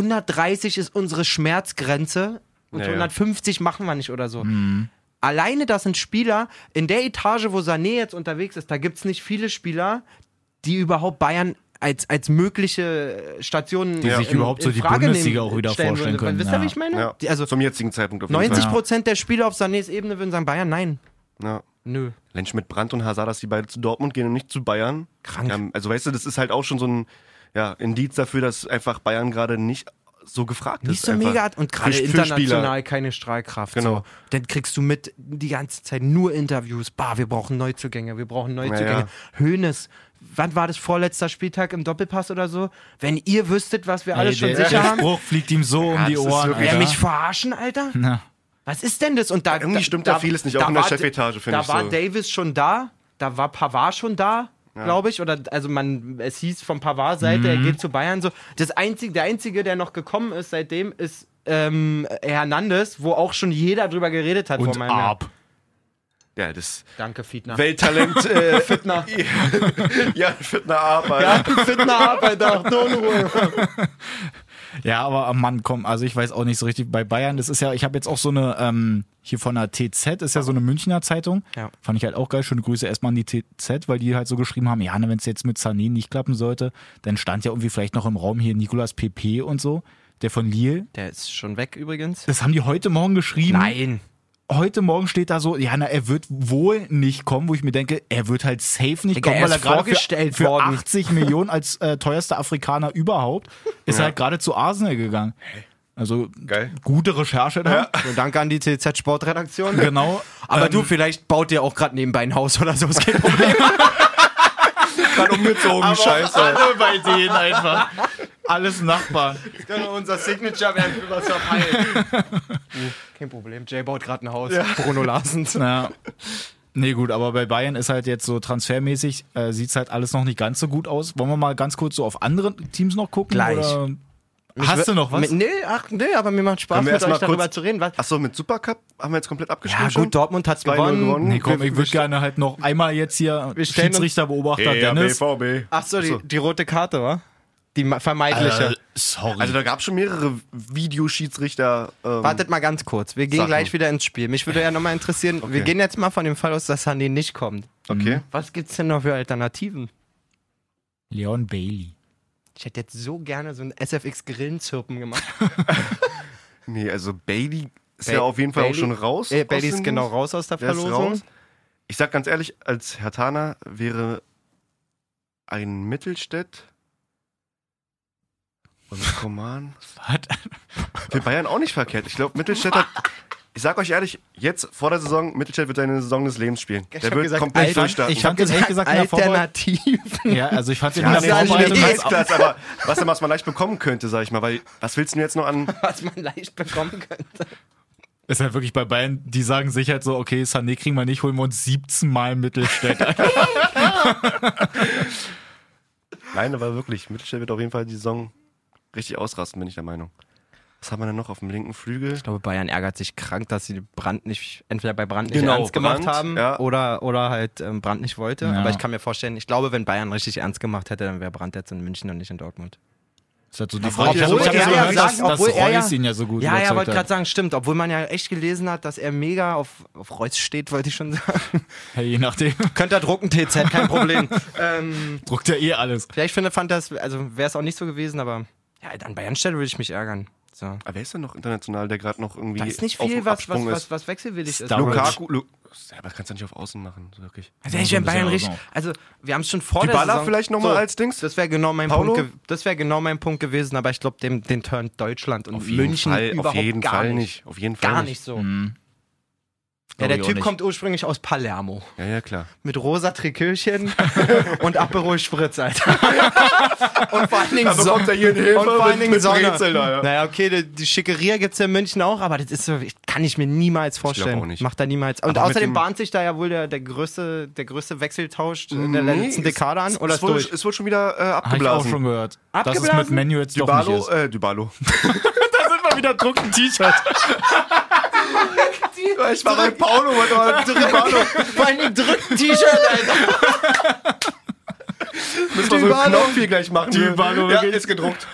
S3: 130 ist unsere Schmerzgrenze und
S4: Ja, ja.
S3: 150 machen wir nicht oder so.
S2: Mhm.
S3: Alleine, dass ein Spieler in der Etage, wo Sané jetzt unterwegs ist, da gibt es nicht viele Spieler, die überhaupt Bayern als, als mögliche Stationen
S4: Die
S2: sich
S3: in-
S2: überhaupt so
S3: in
S2: die
S3: Frage
S2: Bundesliga
S3: nehmen-
S2: auch wieder
S3: stellen
S2: vorstellen
S3: würden.
S2: können,
S3: Wisst ihr,
S2: ja.
S3: wie ich meine?
S4: ja.
S3: Die, also
S4: Zum jetzigen Zeitpunkt auf jeden
S3: 90
S4: Fall.
S3: Prozent der Spieler auf Sanés Ebene würden sagen, Bayern, nein.
S4: Ja.
S3: Nö.
S4: Lensch mit Brandt und Hazard, dass die beide zu Dortmund gehen und nicht zu Bayern.
S3: Krank.
S4: Ja, also weißt du, das ist halt auch schon so ein ja, Indiz dafür, dass einfach Bayern gerade nicht so gefragt
S3: Nicht
S4: ist.
S3: so
S4: einfach.
S3: mega. Und gerade
S4: Für- für
S3: international
S4: Spieler.
S3: keine Strahlkraft.
S4: Genau.
S3: So. Dann kriegst du mit die ganze Zeit nur Interviews. Bah, wir brauchen Neuzugänge, wir brauchen Neuzugänge.
S4: Ja,
S3: Hönes. Wann war das vorletzter Spieltag im Doppelpass oder so? Wenn ihr wüsstet, was wir alle
S2: Ey,
S3: schon
S2: der,
S3: sicher
S2: der
S3: haben.
S2: Spruch fliegt ihm so um
S4: (laughs) Ja,
S2: die
S4: das ist
S2: Ohren.
S4: wirklich- Hm.
S3: Wer
S2: Alter.
S3: mich verarschen, Alter?
S2: Na.
S3: Was ist denn das? Und da,
S4: Irgendwie
S3: da,
S4: stimmt da vieles nicht, auch in der
S3: war-
S4: Chefetage, finde ich
S3: Da war
S4: so.
S3: Davis schon da, da war Pavard schon da, glaube ich. Oder also man, es hieß von Pavard Seite, er geht zu Bayern so. Das einzige, der einzige, der noch gekommen ist seitdem, ist ähm, Hernandez, wo auch schon jeder drüber geredet hat vor
S2: Und
S3: meiner.
S2: ab.
S4: Ja, das
S3: Danke, Fiedner. (laughs)
S4: Welttalent. Äh,
S3: Fiedner.
S4: ja, Fitner Arbeit.
S3: Ja, Fiedner Arbeit, doch, nur in Ruhe.
S2: Ja, aber oh Mann, komm, also ich weiß auch nicht so richtig. Bei Bayern, das ist ja, ich habe jetzt auch so eine, ähm, hier von der TZ, ist ja so eine Münchner Zeitung.
S3: Ja.
S2: Fand ich halt auch geil. Schöne Grüße erstmal an die TZ, weil die halt so geschrieben haben, ja, wenn es jetzt mit Sané nicht klappen sollte, dann stand ja irgendwie vielleicht noch im Raum hier Nicolas Pepe und so, der von Lille.
S3: Der ist schon weg übrigens.
S2: Das haben die heute Morgen geschrieben.
S3: Nein.
S2: Heute Morgen steht da so, ja, na, er wird wohl nicht kommen, wo ich mir denke, er wird halt safe nicht
S3: Digga,
S2: kommen,
S3: er
S2: weil er
S3: ist
S2: gerade für,
S3: vorgestellt
S2: für
S3: worden. (laughs)
S2: 80 Millionen als äh, teuerster Afrikaner überhaupt ist er halt gerade zu Arsenal gegangen. Also
S4: Geil.
S2: gute Recherche da.
S3: So, danke an die TZ-Sportredaktion.
S2: (laughs) Genau.
S3: (laughs) Aber
S2: Ähm,
S3: du, vielleicht baut ihr auch gerade nebenbei ein Haus oder so. Es geht um
S4: Gerade umgezogen, scheiße.
S2: alle bei denen einfach. Alles Nachbarn.
S3: Genau, unser Signature werden für was (laughs) Uh, verpeilt. Kein Problem, Jay baut gerade ein Haus. Bruno Larsen.
S2: Ja. Nee, gut, aber bei Bayern ist halt jetzt so transfermäßig, äh, sieht es halt alles noch nicht ganz so gut aus. Wollen wir mal ganz kurz so auf andere Teams noch gucken?
S3: Gleich.
S2: Oder hast du noch was?
S3: Mit, nee, ach, nee, aber mir macht Spaß,
S4: Können wir
S3: mit
S4: erst
S3: euch
S4: mal
S3: darüber
S4: kurz-
S3: zu reden. Was?
S4: Achso, mit Supercup haben wir jetzt komplett abgeschrieben.
S3: Ja, gut, Dortmund hat's
S4: 2-0
S3: gewonnen.
S2: Nee, komm, ich würde gerne halt noch einmal jetzt hier
S3: Wir stellen uns-
S2: Schiedsrichterbeobachter
S4: ja,
S2: Dennis.
S4: BVB.
S3: Ach so, die, die rote Karte, wa? Die ma- vermeidliche.
S2: Äh, sorry.
S4: Also da gab es schon mehrere Videoschiedsrichter. Ähm,
S3: Wartet mal ganz kurz. Wir gehen
S4: Sachen.
S3: gleich wieder ins Spiel. Mich würde ja nochmal interessieren, wir gehen jetzt mal von dem Fall aus, dass Sané nicht kommt.
S4: Okay.
S3: Was gibt's denn noch für Alternativen?
S2: Leon Bailey.
S3: Ich hätte jetzt so gerne so ein SFX-Grillenzirpen gemacht.
S4: Nee, also Bailey ist
S3: Ba-
S4: ja auf jeden Fall
S3: Bailey-
S4: auch schon raus.
S3: Äh,
S4: aus
S3: Bailey ist
S4: den
S3: genau
S4: News.
S3: raus aus der
S4: Der ist
S3: Verlosung.
S4: raus. Ich sag ganz ehrlich, als Hertaner wäre ein Mittelstädt und Koman
S2: Hat,
S4: für Bayern auch nicht verkehrt. Ich glaube, Mittelstädt hat. Ich sag euch ehrlich, jetzt vor der Saison, Mittelstädt wird seine Saison des Lebens spielen.
S3: Ich
S4: Der
S3: hab
S4: wird
S3: gesagt,
S4: komplett
S3: Alter,
S4: durchstarten.
S2: ich fand das ehrlich gesagt in der Vorbereitung.
S3: Alternativen. (laughs)
S2: Ja, also ich fand den
S4: Ja,
S2: in
S4: nee,
S2: der
S3: das ist
S4: auch
S3: nicht
S2: Vorbereitung
S4: nicht
S3: Idee.
S2: ganz,
S4: ganz Platz, aber was, was man leicht bekommen könnte, sag ich mal, weil was willst du jetzt noch an.
S3: Was man leicht bekommen könnte.
S2: ist halt wirklich bei Bayern, die sagen sich halt so, okay, Sané kriegen wir nicht, holen wir uns 17
S3: (laughs)
S2: Mal Mittelstädt.
S4: Nein, aber wirklich, Mittelstädt wird auf jeden Fall die Saison richtig ausrasten, bin ich der Meinung. Was haben wir denn noch auf dem linken Flügel?
S3: Ich glaube, Bayern ärgert sich krank, dass sie Brand nicht, entweder bei Brand nicht
S4: Genau,
S3: ernst gemacht
S4: Brandt,
S3: haben
S4: ja.
S3: oder, oder halt ähm, Brand nicht wollte.
S2: Ja.
S3: Aber ich kann mir vorstellen, ich glaube, wenn Bayern richtig ernst gemacht hätte, dann wäre Brand jetzt in München und nicht in Dortmund.
S2: ist halt so die
S4: Obwohl er ja
S2: dass,
S4: sagen-
S2: dass
S3: obwohl
S2: Reus
S3: er ja-
S2: ihn ja so gut
S3: ja, ja,
S2: überzeugt
S3: wollte gerade
S2: hat.
S3: sagen, stimmt. Obwohl man ja echt gelesen hat, dass er mega auf, auf Reus steht, wollte ich schon sagen.
S2: Hey, je nachdem (laughs)
S3: Könnt ihr drucken, TZ, (laughs) kein Problem. ähm,
S2: druckt er eh alles.
S3: vielleicht finde, fand das, also wäre es auch nicht so gewesen, aber ja, an Bayern Stelle würde ich mich ärgern. So.
S4: Aber Ah, wer ist denn noch international, der gerade noch irgendwie.
S3: Da ist nicht
S4: auf
S3: viel,
S4: dem
S3: was, was,
S4: Absprung ist?
S3: was, was wechselwillig ist.
S2: Star-
S4: Lukaku. Lu ja, aber das kannst du ja nicht auf Außen machen, so wirklich.
S3: Also,
S2: Ja,
S3: ich
S2: so ein
S3: wäre Bayern
S2: bisschen
S3: richtig. Also, wir haben es schon vor der
S4: Dybala
S3: Saison.
S4: vielleicht noch mal als Dings?
S3: Das wäre genau, mein
S4: Paulo?
S3: Punkt ge- das wär genau mein Punkt gewesen, aber ich glaube, den, den turnt Deutschland und
S4: Auf jeden
S3: München
S4: Fall,
S3: überhaupt
S4: auf jeden
S3: gar
S4: Fall
S3: nicht.
S4: nicht. Hm. Auf jeden Fall
S3: Gar nicht so. Mhm. Ja,
S2: Glaub ich
S3: der
S2: auch
S3: Typ
S2: nicht.
S3: kommt ursprünglich aus Palermo.
S4: Ja, ja, klar.
S3: Mit rosa
S4: (laughs)
S3: Trikotchen und Aperol Spritz, Alter. und vor allen Dingen Sonne.
S4: er hier in
S3: Und vor allen Dingen Sonne.
S4: ja.
S3: Naja, okay, die, die Schickeria gibt es ja in München auch, aber das ist so, ich, kann ich mir niemals vorstellen.
S4: auch nicht.
S3: Macht da niemals. Und
S4: Aber mit
S3: außerdem
S4: dem-
S3: bahnt sich da ja wohl der, der, größte, der größte Wechseltausch Äh, in der letzten Dekade an. Oder
S4: es,
S3: ist
S4: wurde,
S3: durch?
S4: es wurde schon wieder
S2: Habe
S4: äh,
S2: Ah, ich auch
S4: abgeblasen.
S2: schon gehört. Dass es
S3: Abgeblasen?
S2: mit Menu jetzt doch nicht
S4: Dybalo,
S2: ist.
S3: (laughs)
S4: äh, Dybalo.
S2: Da sind wir wieder druckt ein T-Shirt.
S4: Ich war bei Paulo, (laughs) warte mal.
S3: Vor allen Dingen drückt ein T-Shirt, Alter.
S4: Müssen wir so einen Knopf hier gleich machen. hier.
S2: Dybalo,
S4: ja,
S2: wirklich.
S4: ist gedruckt.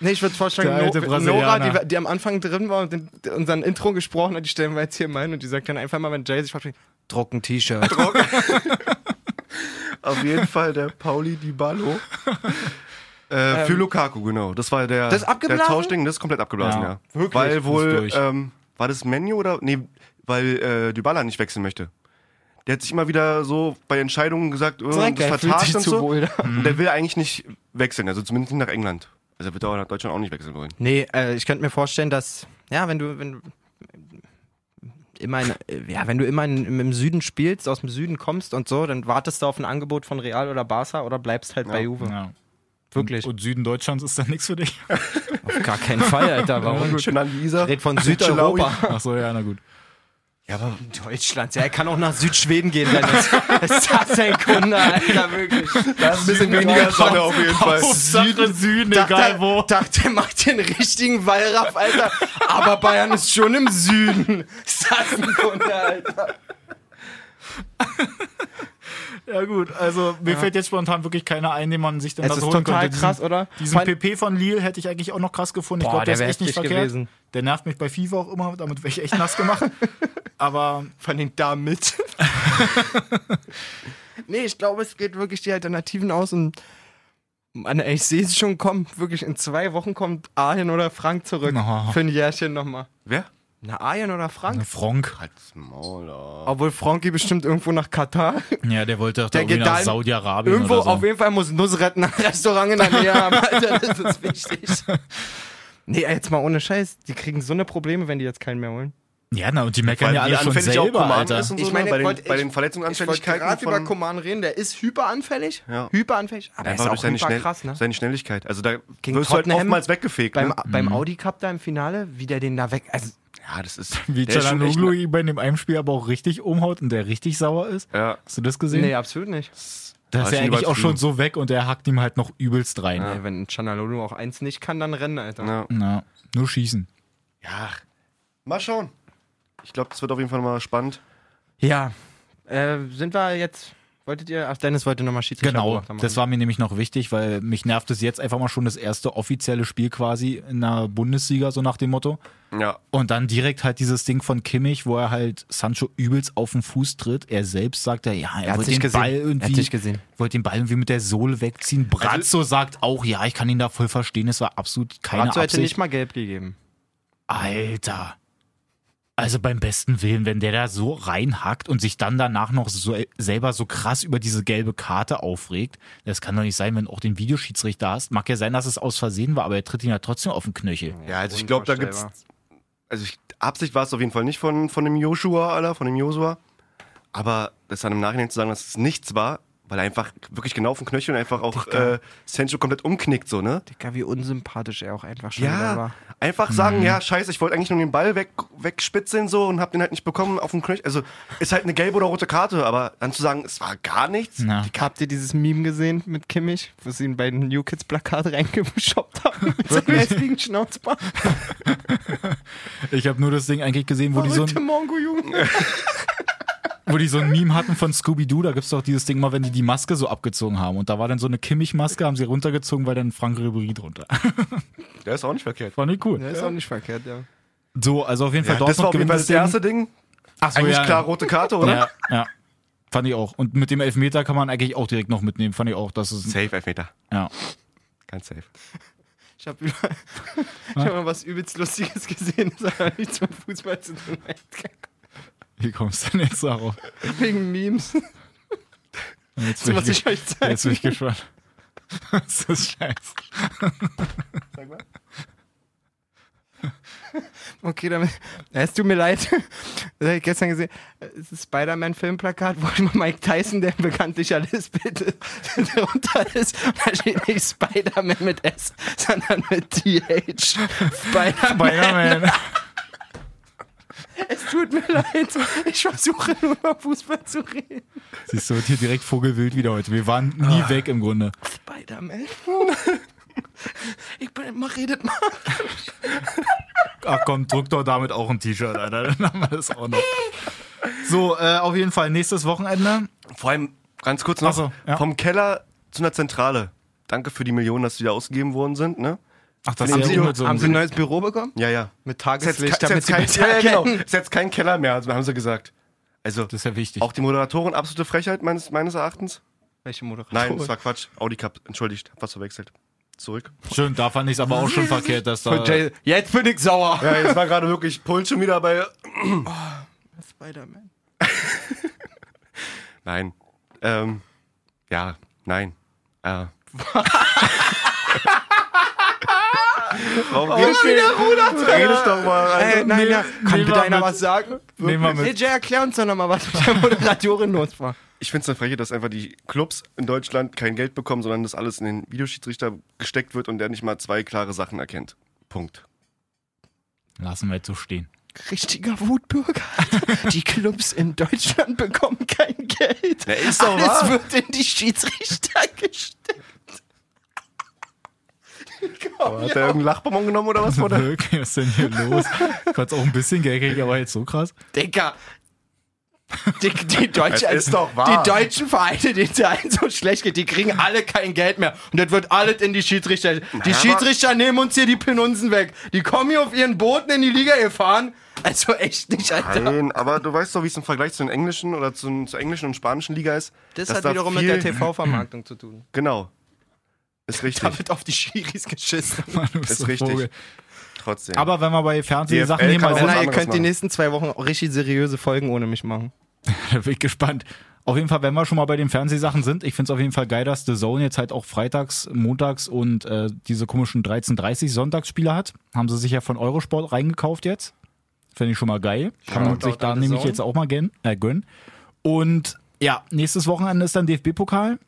S3: Nee, ich würde vorschlagen,
S2: Der alte
S3: no Nora,
S2: Brasilianer.
S3: die, wir- die am Anfang drin war und den, unseren Intro gesprochen hat, die stellen wir jetzt hier mal hin und die sagt dann einfach mal, wenn Jay sich fragt, druck ein (laughs) T-Shirt.
S4: (laughs) Auf jeden Fall der Pauli Dybalo. Äh, für Lukaku, genau. Das war
S3: Ähm.
S4: der,
S3: Das ist
S4: der
S3: abgeblasen?
S4: Tauschding, das ist komplett abgeblasen,
S2: Ja.
S4: ja.
S2: Wirklich?
S4: Weil
S2: Ist
S4: wohl,
S2: durch.
S4: ähm, war das Menu oder? Nee, weil äh, Dybala nicht wechseln möchte. Der hat sich immer wieder so bei Entscheidungen gesagt, oh,
S3: Frank,
S4: das
S3: er fühlt sich
S4: vertagt und
S3: zu
S4: so.
S3: wohl da.
S4: Und der will eigentlich nicht wechseln, also zumindest nicht nach England. Also er wird auch nach Deutschland auch nicht wechseln wollen.
S3: Nee, äh, ich könnte mir vorstellen, dass, ja, wenn du, wenn du immer, in, äh, ja, wenn du immer in, im- im Süden spielst, aus dem Süden kommst und so, dann wartest du auf ein Angebot von Real oder Barca oder bleibst halt bei Juve.
S2: (laughs) Ja.
S3: Wirklich.
S2: Und Süden Deutschlands ist da nichts für dich.
S3: auf gar keinen Fall, Alter. (laughs) Warum?
S4: Schön an die Isar.
S3: Red von Südeuropa.
S2: Achso, ja, na gut.
S3: Deutschland. Ja, er kann auch nach Südschweden gehen, Dennis. ist das ein Kunde, Alter, wirklich.
S4: Das ist ein bisschen weniger Sonne auf jeden Fall.
S2: Süden, Süden, egal wo.
S3: Dachte, er macht den richtigen Wallraff, Alter. Aber Bayern ist (laughs) schon im Süden. Ist das ein Kunde, Alter.
S2: Ja gut, also mir fällt jetzt spontan wirklich keiner ein, den man sich dann
S3: Es
S2: da
S3: ist
S2: so holen
S3: total
S2: könnte. Diesen-
S3: krass, oder?
S2: Diesen
S3: Vor allem-
S2: PP von Lille hätte ich eigentlich auch noch krass gefunden. ich
S3: Boah,
S2: glaube, der,
S3: der wär
S2: ist echt nicht
S3: heftig
S2: verkehrt.
S3: gewesen.
S2: Der nervt mich bei FIFA auch immer, damit wäre ich echt
S3: (laughs)
S2: nass gemacht. Aber
S3: Von den damit. (laughs) nee, ich glaube, es geht wirklich die Alternativen aus und Mann, ey, ich sehe es schon kommen. Wirklich in zwei Wochen kommt Arjen oder Frank zurück.
S2: Na.
S3: Für ein Jährchen nochmal.
S4: Wer?
S3: Na, Arjen oder Frank?
S2: Fronk.
S4: Halt's Maul, oh.
S3: Obwohl Franki bestimmt irgendwo nach
S4: (laughs)
S3: Katar.
S2: Ja, der wollte doch
S3: Der
S2: irgendwie
S3: geht
S2: nach
S3: da-
S2: Saudi-Arabien
S3: Irgendwo,
S2: oder so.
S3: auf jeden Fall muss Nusret ein Restaurant in der Nähe haben,
S4: (laughs)
S3: Alter, das ist wichtig. Nee, ey, jetzt mal ohne Scheiß, die kriegen so eine Probleme, wenn die jetzt keinen mehr holen.
S2: ja, na, und die meckern
S4: Weil
S2: ja
S4: wie
S2: alle schon
S4: anfällig auch
S2: selber,
S4: Coman
S2: Alter.
S4: ist und
S3: Ich
S4: so,
S3: meine,
S4: ne? bei,
S3: wollte-
S4: den, bei
S3: ich-
S4: den
S3: Ich wollte
S4: Verletzungsanfälligkeiten
S3: gerade über
S4: von,
S3: Koman reden, der ist hyperanfällig,
S4: Ja.
S3: hyperanfällig, aber er
S4: einfach
S3: ist
S4: durch
S3: auch
S4: seine,
S3: hyper
S4: Schnell,
S3: krass, ne?
S4: seine Schnelligkeit. Also da
S3: Gegen
S4: wirst du halt
S3: Tottenham
S4: oftmals weggefegt.
S3: Beim,
S4: Ne?
S3: beim Audi Cup da im Finale, wie der den da weg, also
S4: Ja, das (laughs) ist.
S2: Wie
S4: der ist schon echt-
S2: Chalanoglu bei dem einen Spiel aber auch richtig umhaut und der richtig sauer ist.
S4: Ja.
S2: Hast du das
S4: Mhm.
S2: gesehen?
S3: Nee, absolut nicht.
S2: Da ist
S4: Aber
S2: er
S4: ist
S2: eigentlich auch schon
S4: übertrieben.
S2: so weg und er hackt ihm halt noch übelst rein.
S3: Ey, wenn Chanalolo auch eins nicht kann, dann rennen, Alter.
S4: Ja.
S2: Na, nur schießen.
S4: ja. Mal schauen. Ich glaube, das wird auf jeden Fall mal spannend.
S3: Ja. Äh, sind wir jetzt. Wolltet ihr. Ach, Dennis wollte nochmal Schiedsrichter
S2: Genau,
S3: Beobachter machen.
S2: das war mir nämlich noch wichtig, weil mich nervt es jetzt einfach mal schon das erste offizielle Spiel quasi in der Bundesliga, so nach dem Motto.
S4: Ja.
S2: Und dann direkt halt dieses Ding von Kimmich, wo er halt Sancho übelst auf den Fuß tritt. Er selbst sagt ja, ja, er,
S3: Er hat
S2: wollte
S3: sich
S2: den
S3: gesehen.
S2: Ball
S3: Er hat
S2: irgendwie,
S3: sich gesehen. Also
S2: wollte den Ball irgendwie mit der Sohle wegziehen. Brazzo sagt auch, ja, ich kann ihn da voll verstehen, es war absolut keine
S3: Brazzo hätte
S2: Absicht.
S3: nicht mal gelb gegeben.
S2: Alter. Also beim besten Willen, wenn der da so reinhackt und sich dann danach noch so, selber so krass über diese gelbe Karte aufregt, das kann doch nicht sein, wenn du auch den Videoschiedsrichter hast. Mag ja sein, dass es aus Versehen war, aber er tritt ihn ja trotzdem auf den Knöchel.
S4: Ja, also ich glaube, da gibt's.
S3: Unvorstellbar.
S4: Also ich, Absicht war es auf jeden Fall nicht von, von dem Joshua, Alter, von dem Joshua. Aber das dann im Nachhinein zu sagen, dass es nichts war, weil er einfach wirklich genau auf den Knöchel und einfach auch äh, Sancho komplett umknickt, so, ne?
S3: Digga, wie unsympathisch er auch einfach schon wieder
S4: Ja,
S3: war.
S4: einfach sagen,
S2: Mhm.
S4: ja, scheiße, ich wollte eigentlich nur den Ball weg, wegspitzeln so und hab den halt nicht bekommen auf den Knöchel. Also ist halt eine gelbe oder rote Karte, aber dann zu sagen, es war gar nichts.
S2: Na,
S3: Habt ihr dieses Meme gesehen mit Kimmich, wo sie ihn bei den New Kids Plakat (laughs) reingeschoppt haben mit seinem hässlichen (laughs) Schnauzbart?
S2: ich habe nur das Ding eigentlich gesehen, wo die, so
S3: Verrückte
S2: ein,
S3: Mongo-Jugend.
S2: wo die so ein Meme hatten von Scooby-Doo. Da gibt's doch dieses Ding mal, wenn die die Maske so abgezogen haben. Und da war dann so eine Kimmich-Maske, haben sie runtergezogen, weil dann Frank Ribery drunter.
S4: Der ist auch nicht verkehrt.
S2: Fand ich cool.
S3: Ja, ist auch nicht verkehrt, ja.
S2: So, also auf jeden Fall
S4: Ja, das
S2: Dortmund
S4: war auf jeden
S2: gewinnt
S4: Fall das
S2: Ding.
S4: erste Ding.
S2: Ach so,
S4: Eigentlich
S2: ja,
S4: klar
S2: ja.
S4: rote Karte, oder?
S2: Ja, ja. Fand ich auch. Und mit dem Elfmeter kann man eigentlich auch direkt noch mitnehmen. Fand ich auch. Das ist,
S4: Safe, Elfmeter.
S2: ja.
S4: Ganz safe.
S3: Ich (laughs) habe hab mal was übelst Lustiges gesehen, das hat aber nichts mit Fußball zu tun.
S2: Wie kommst du denn jetzt (laughs) darauf?
S3: (laughs) Wegen (laughs) Memes,
S2: Jetzt bin
S3: was
S2: ich,
S3: ich (laughs) euch zeige.
S2: jetzt bin ich gespannt. (laughs) Das ist scheiße.
S3: Okay, damit. Ja, (laughs) Es tut mir leid. (laughs) Das habe ich gestern gesehen. Es ist Spider-Man-Filmplakat, wo immer Mike Tyson, der bekanntlich alles (laughs) bitte, darunter ist. Und Da steht nicht Spider-Man mit S, sondern mit TH. Spider-Man.
S2: Spider-Man.
S3: Es tut mir leid. Ich versuche nur über Fußball zu reden.
S2: Siehst du, wird hier direkt vogelwild wieder heute. Wir waren nie weg im Grunde.
S3: Spider-Man. Ich bin immer redet mal.
S2: Ach komm, druck doch damit auch ein T-Shirt, Alter. Dann haben wir das auch noch. So, äh, auf jeden Fall nächstes Wochenende.
S4: Vor allem, ganz kurz noch,
S2: Ach so, ja.
S4: vom Keller zu einer Zentrale. Danke für die Millionen, dass die da ausgegeben worden sind, ne?
S2: Ach, das
S4: Haben
S2: ist
S4: Sie-
S2: ja unnütz.
S3: Haben Sie ein neues Büro bekommen?
S4: Ja, ja.
S3: Mit
S4: Ist
S3: Tageslicht,
S4: jetzt, kein-
S3: damit
S4: ist
S3: Sie
S4: jetzt kein, ja,
S3: besser
S4: (laughs) ja, genau.
S3: kennen.
S4: Ist jetzt kein Keller mehr, also haben sie gesagt. Also,
S2: Das ist ja wichtig.
S4: auch die Moderatorin, absolute Frechheit meines, meines Erachtens.
S3: Welche Moderatorin?
S4: Nein, das war Quatsch. Audi Cup, entschuldigt, hab was verwechselt. Zurück.
S2: Schön, da fand ich es aber auch schon verkehrt, dass da.
S3: Von Jay- Jetzt bin ich sauer.
S4: Ja, jetzt war gerade wirklich Puls schon wieder bei.
S3: Spider-Man.
S4: (laughs) Nein. Ähm, ja, nein. Äh. Warum redest, du, redest doch mal.
S3: Ey,
S4: Alter.
S3: Äh, nein,
S2: nee,
S3: nein. Kann
S2: nehmen
S3: bitte
S2: wir
S3: einer
S2: mit.
S3: was sagen?
S2: Nehmen wir
S3: Nee,
S2: mit.
S3: Jay, erklär uns doch nochmal, was mit der Moderatorin los war.
S4: Ich finde es eine Frechheit, dass einfach die Clubs in Deutschland kein Geld bekommen, sondern dass alles in den Videoschiedsrichter gesteckt wird und der nicht mal zwei klare Sachen erkennt. Punkt.
S2: Lassen wir jetzt so stehen.
S3: Richtiger Wutbürger. Die Clubs in Deutschland bekommen kein Geld.
S4: Ja, ist doch
S3: Alles
S4: wahr.
S3: wird in die Schiedsrichter (laughs) gesteckt. Komm,
S4: Hat er irgendeinen Lachbonbon genommen oder was? Oder?
S2: Wirklich, (laughs) was ist denn hier los? Ich fand's auch ein bisschen geckig, aber jetzt so krass.
S3: Digga. Die, die, Deutsche,
S4: (laughs) Es ist doch wahr.
S3: die deutschen Vereine, die da so schlecht geht, die kriegen alle kein Geld mehr. Und das wird alles in die Schiedsrichter. Die
S4: aber-
S3: Schiedsrichter nehmen uns hier die Pinunsen weg. Die kommen hier auf ihren Booten in die Liga gefahren. Also echt nicht, Alter.
S4: (laughs) Nein, aber du weißt doch, wie es im Vergleich zu den englischen oder zu, zur englischen und spanischen Liga ist. dass da viel-
S3: TV-Vermarktung zu (laughs) tun.
S4: Genau. Ist
S3: Da
S4: richtig.
S3: wird auf die Schiris geschissen.
S2: Mann, du bist
S4: Ist
S2: so ein
S4: richtig.
S2: Vogel.
S4: Trotzdem.
S2: Aber wenn wir bei Fernsehsachen
S4: DFL
S2: nehmen,
S4: kann
S2: also,
S4: man
S3: Männer, ihr
S4: anderes
S3: könnt die
S4: machen.
S3: nächsten zwei Wochen auch richtig seriöse Folgen ohne mich machen.
S2: da (laughs) bin ich gespannt. Auf jeden Fall, wenn wir schon mal bei den Fernsehsachen sind, ich find's auf jeden Fall geil, dass The Zone jetzt halt auch freitags, montags und äh, diese komischen 13.30 Sonntagsspiele hat. Haben sie sich ja von Eurosport reingekauft jetzt. Finde ich schon mal geil. Kann man
S3: Shoutout
S2: sich da
S3: an The
S2: nämlich
S3: Zone.
S2: jetzt auch mal gön- äh, gönnen. Und ja, nächstes Wochenende ist dann DFB-Pokal.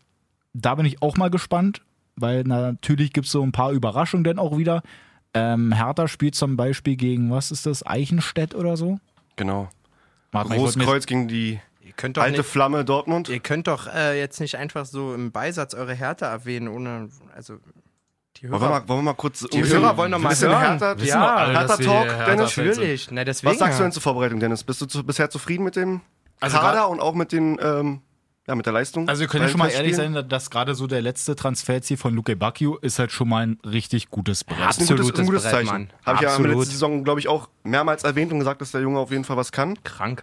S2: Da bin ich auch mal gespannt, weil natürlich gibt's so ein paar Überraschungen dann auch wieder. Ähm, Hertha spielt zum Beispiel gegen, was ist das, Eichenstedt oder so?
S4: Genau.
S2: Warte mal, ich wollte mir-
S4: Großkreuz gegen die
S3: Ihr könnt doch,
S4: alte
S3: nicht,
S4: Flamme Dortmund.
S3: ihr könnt doch äh, jetzt nicht einfach so im Beisatz eure Härte erwähnen, ohne. Also, die
S4: Wollen wir
S3: Hörer,
S4: mal, wollen wir mal kurz.
S3: die Hörer wollen doch mal
S4: bisschen
S3: hören.
S4: härter.
S3: ja,
S5: doch alle,
S4: Hertha
S5: dass wir
S4: Talk,
S5: Hertha
S4: Dennis,
S5: Fans sind.
S3: natürlich. Na, deswegen.
S4: Was sagst du denn zur Vorbereitung, Dennis? Bist du zu, bisher zufrieden mit dem
S5: Also
S4: Kader
S5: grad-
S4: und auch mit den, ähm, ja, mit der Leistung?
S2: Also wir können ja schon mal ehrlich
S4: Spielen?
S2: sein, dass gerade so der letzte Transferziel von Luke Bacchio ist halt schon mal ein richtig gutes Brett.
S4: Ist ein gutes,
S3: absolutes
S4: ein gutes
S3: Brett,
S4: Zeichen.
S3: Mann.
S4: Habe ich ja in der
S3: Absolut.
S4: letzten Saison, glaube ich, auch mehrmals erwähnt und gesagt, dass der Junge auf jeden Fall was kann.
S3: Krank.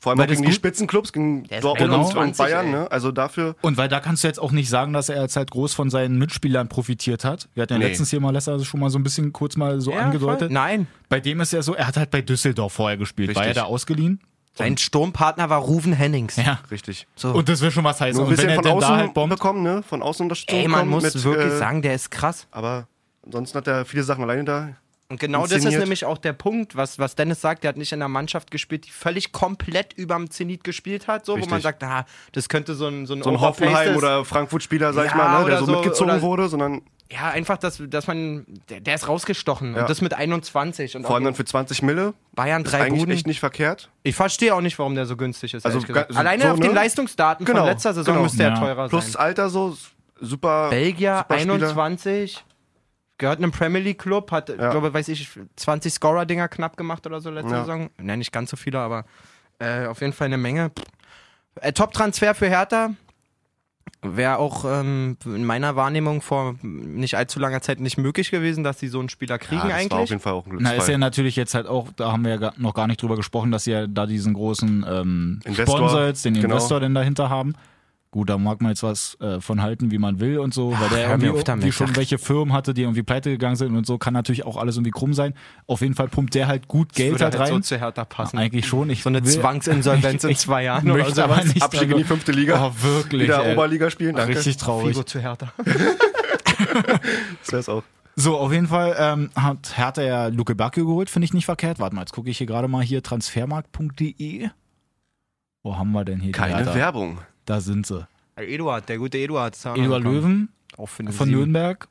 S4: Vor allem
S2: Weil
S4: auch
S2: das
S4: gegen die
S2: gut- genau
S4: Spitzenclubs, gegen
S3: Der ist
S4: Dortmund und-
S2: 21,
S4: und Bayern.
S3: ey.
S4: Ne? Also dafür
S2: Und weil da kannst du jetzt auch nicht sagen, dass er jetzt halt groß von seinen Mitspielern profitiert hat. Wir hatten ja
S4: Nee.
S2: letztens hier mal Lesser also schon mal so ein bisschen kurz mal so angedeutet.
S3: Nein.
S2: Bei dem ist ja so, er hat halt bei Düsseldorf vorher gespielt. War
S4: Richtig.
S2: er da ausgeliehen?
S3: Sein Sturmpartner war Ruven Hennings.
S2: Ja.
S4: richtig.
S3: So.
S2: Und das will schon was heißen.
S4: Nur ein
S2: Und wenn
S4: bisschen
S2: er
S4: von
S2: denn
S4: außen
S2: da halt bombt,
S4: bekommen, ne? Von außen Unterstützung.
S3: Ey, man
S4: bekommen
S3: muss
S4: mit,
S3: wirklich
S4: äh,
S3: sagen, der ist krass.
S4: Aber ansonsten hat er viele Sachen alleine da.
S3: Und genau das ist
S4: inszeniert.
S3: nämlich auch der Punkt, was, was Dennis sagt, der hat nicht in einer Mannschaft gespielt, die völlig komplett überm Zenit gespielt hat, so, wo
S4: Richtig.
S3: man sagt, na, das könnte so ein So ein,
S4: So ein
S3: Overpaced
S4: Hoffenheim
S3: ist.
S4: oder Frankfurt-Spieler, sag ich
S3: Ja,
S4: mal, ne? der
S3: oder
S4: so,
S3: so,
S4: mitgezogen
S3: oder-
S4: wurde, sondern
S3: Ja, einfach, dass, dass man, der, der ist rausgestochen.
S4: Ja.
S3: Und das mit 21. Und
S4: vor allem
S3: auch
S4: dann für 20 Mille.
S3: Bayern
S4: Ist
S3: drei
S4: eigentlich
S3: Buden.
S4: echt nicht verkehrt.
S3: Ich verstehe auch nicht, warum der so günstig ist.
S4: Also
S3: Also gesagt.
S4: ga- so,
S3: Alleine auf
S4: ne?
S3: den Leistungsdaten
S4: Genau,
S3: von letzter Saison
S4: genau.
S3: müsste er
S2: Ja.
S3: teurer
S4: Plus das
S3: sein.
S4: Alter so, super.
S3: Belgier
S4: super Spieler.
S3: 21, gehört einem Premier League Club, hat, glaube weiß ich, 20 Scorer-Dinger knapp gemacht oder so letzte
S4: Ja.
S3: Saison. Nein, nicht ganz so viele, aber äh, auf jeden Fall eine Menge. Äh, Top-Transfer für Hertha. Wäre auch ähm, in meiner Wahrnehmung vor nicht allzu langer Zeit nicht möglich gewesen, dass sie so einen Spieler
S4: Ja,
S3: kriegen
S4: das war auf
S3: eigentlich.
S4: jeden Fall auch ein
S2: na, ist ja
S4: Glücksfall.
S2: natürlich jetzt halt auch, da haben wir ja gar- noch gar nicht drüber gesprochen, dass sie ja da diesen großen ähm,
S4: Investor,
S2: Sponsor jetzt, den
S4: genau.
S2: Investor denn dahinter haben. Gut, da mag man jetzt was äh, von halten, wie man will und so, weil
S3: Ach,
S2: der
S3: hör mir
S2: irgendwie,
S3: auf damit.
S2: irgendwie schon
S3: Ach.
S2: welche Firmen hatte, die irgendwie pleite gegangen sind und so, kann natürlich auch alles irgendwie krumm sein. Auf jeden Fall pumpt der halt gut Geld
S3: Würde
S2: halt
S3: so
S2: rein.
S3: zu Hertha passen.
S2: Eigentlich schon. Ich
S3: so eine
S2: will-
S3: Zwangsinsolvenz in
S2: (laughs) Ich-
S3: zwei Jahren (laughs)
S2: ich
S3: oder
S2: möchte aber
S3: sowas.
S2: nicht also
S4: Abstieg in die fünfte Liga.
S2: Oh, wirklich.
S4: Wieder
S2: ey.
S4: Oberliga spielen, danke.
S2: Richtig traurig.
S3: Figo zu (laughs) Hertha.
S4: Das wär's auch.
S2: So, auf jeden Fall ähm, hat Hertha ja Luke Bacchio geholt, finde ich nicht verkehrt. Warte mal, jetzt gucke ich hier gerade mal hier transfermarkt.de. Wo haben wir denn hier die
S4: Keine
S2: Hertha?
S4: Werbung.
S2: Da sind sie.
S3: Eduard, der gute Eduard. ist da
S2: Eduard
S3: angekommen.
S2: Löwen
S3: Auch für eine
S2: von
S3: Sieben.
S2: Nürnberg.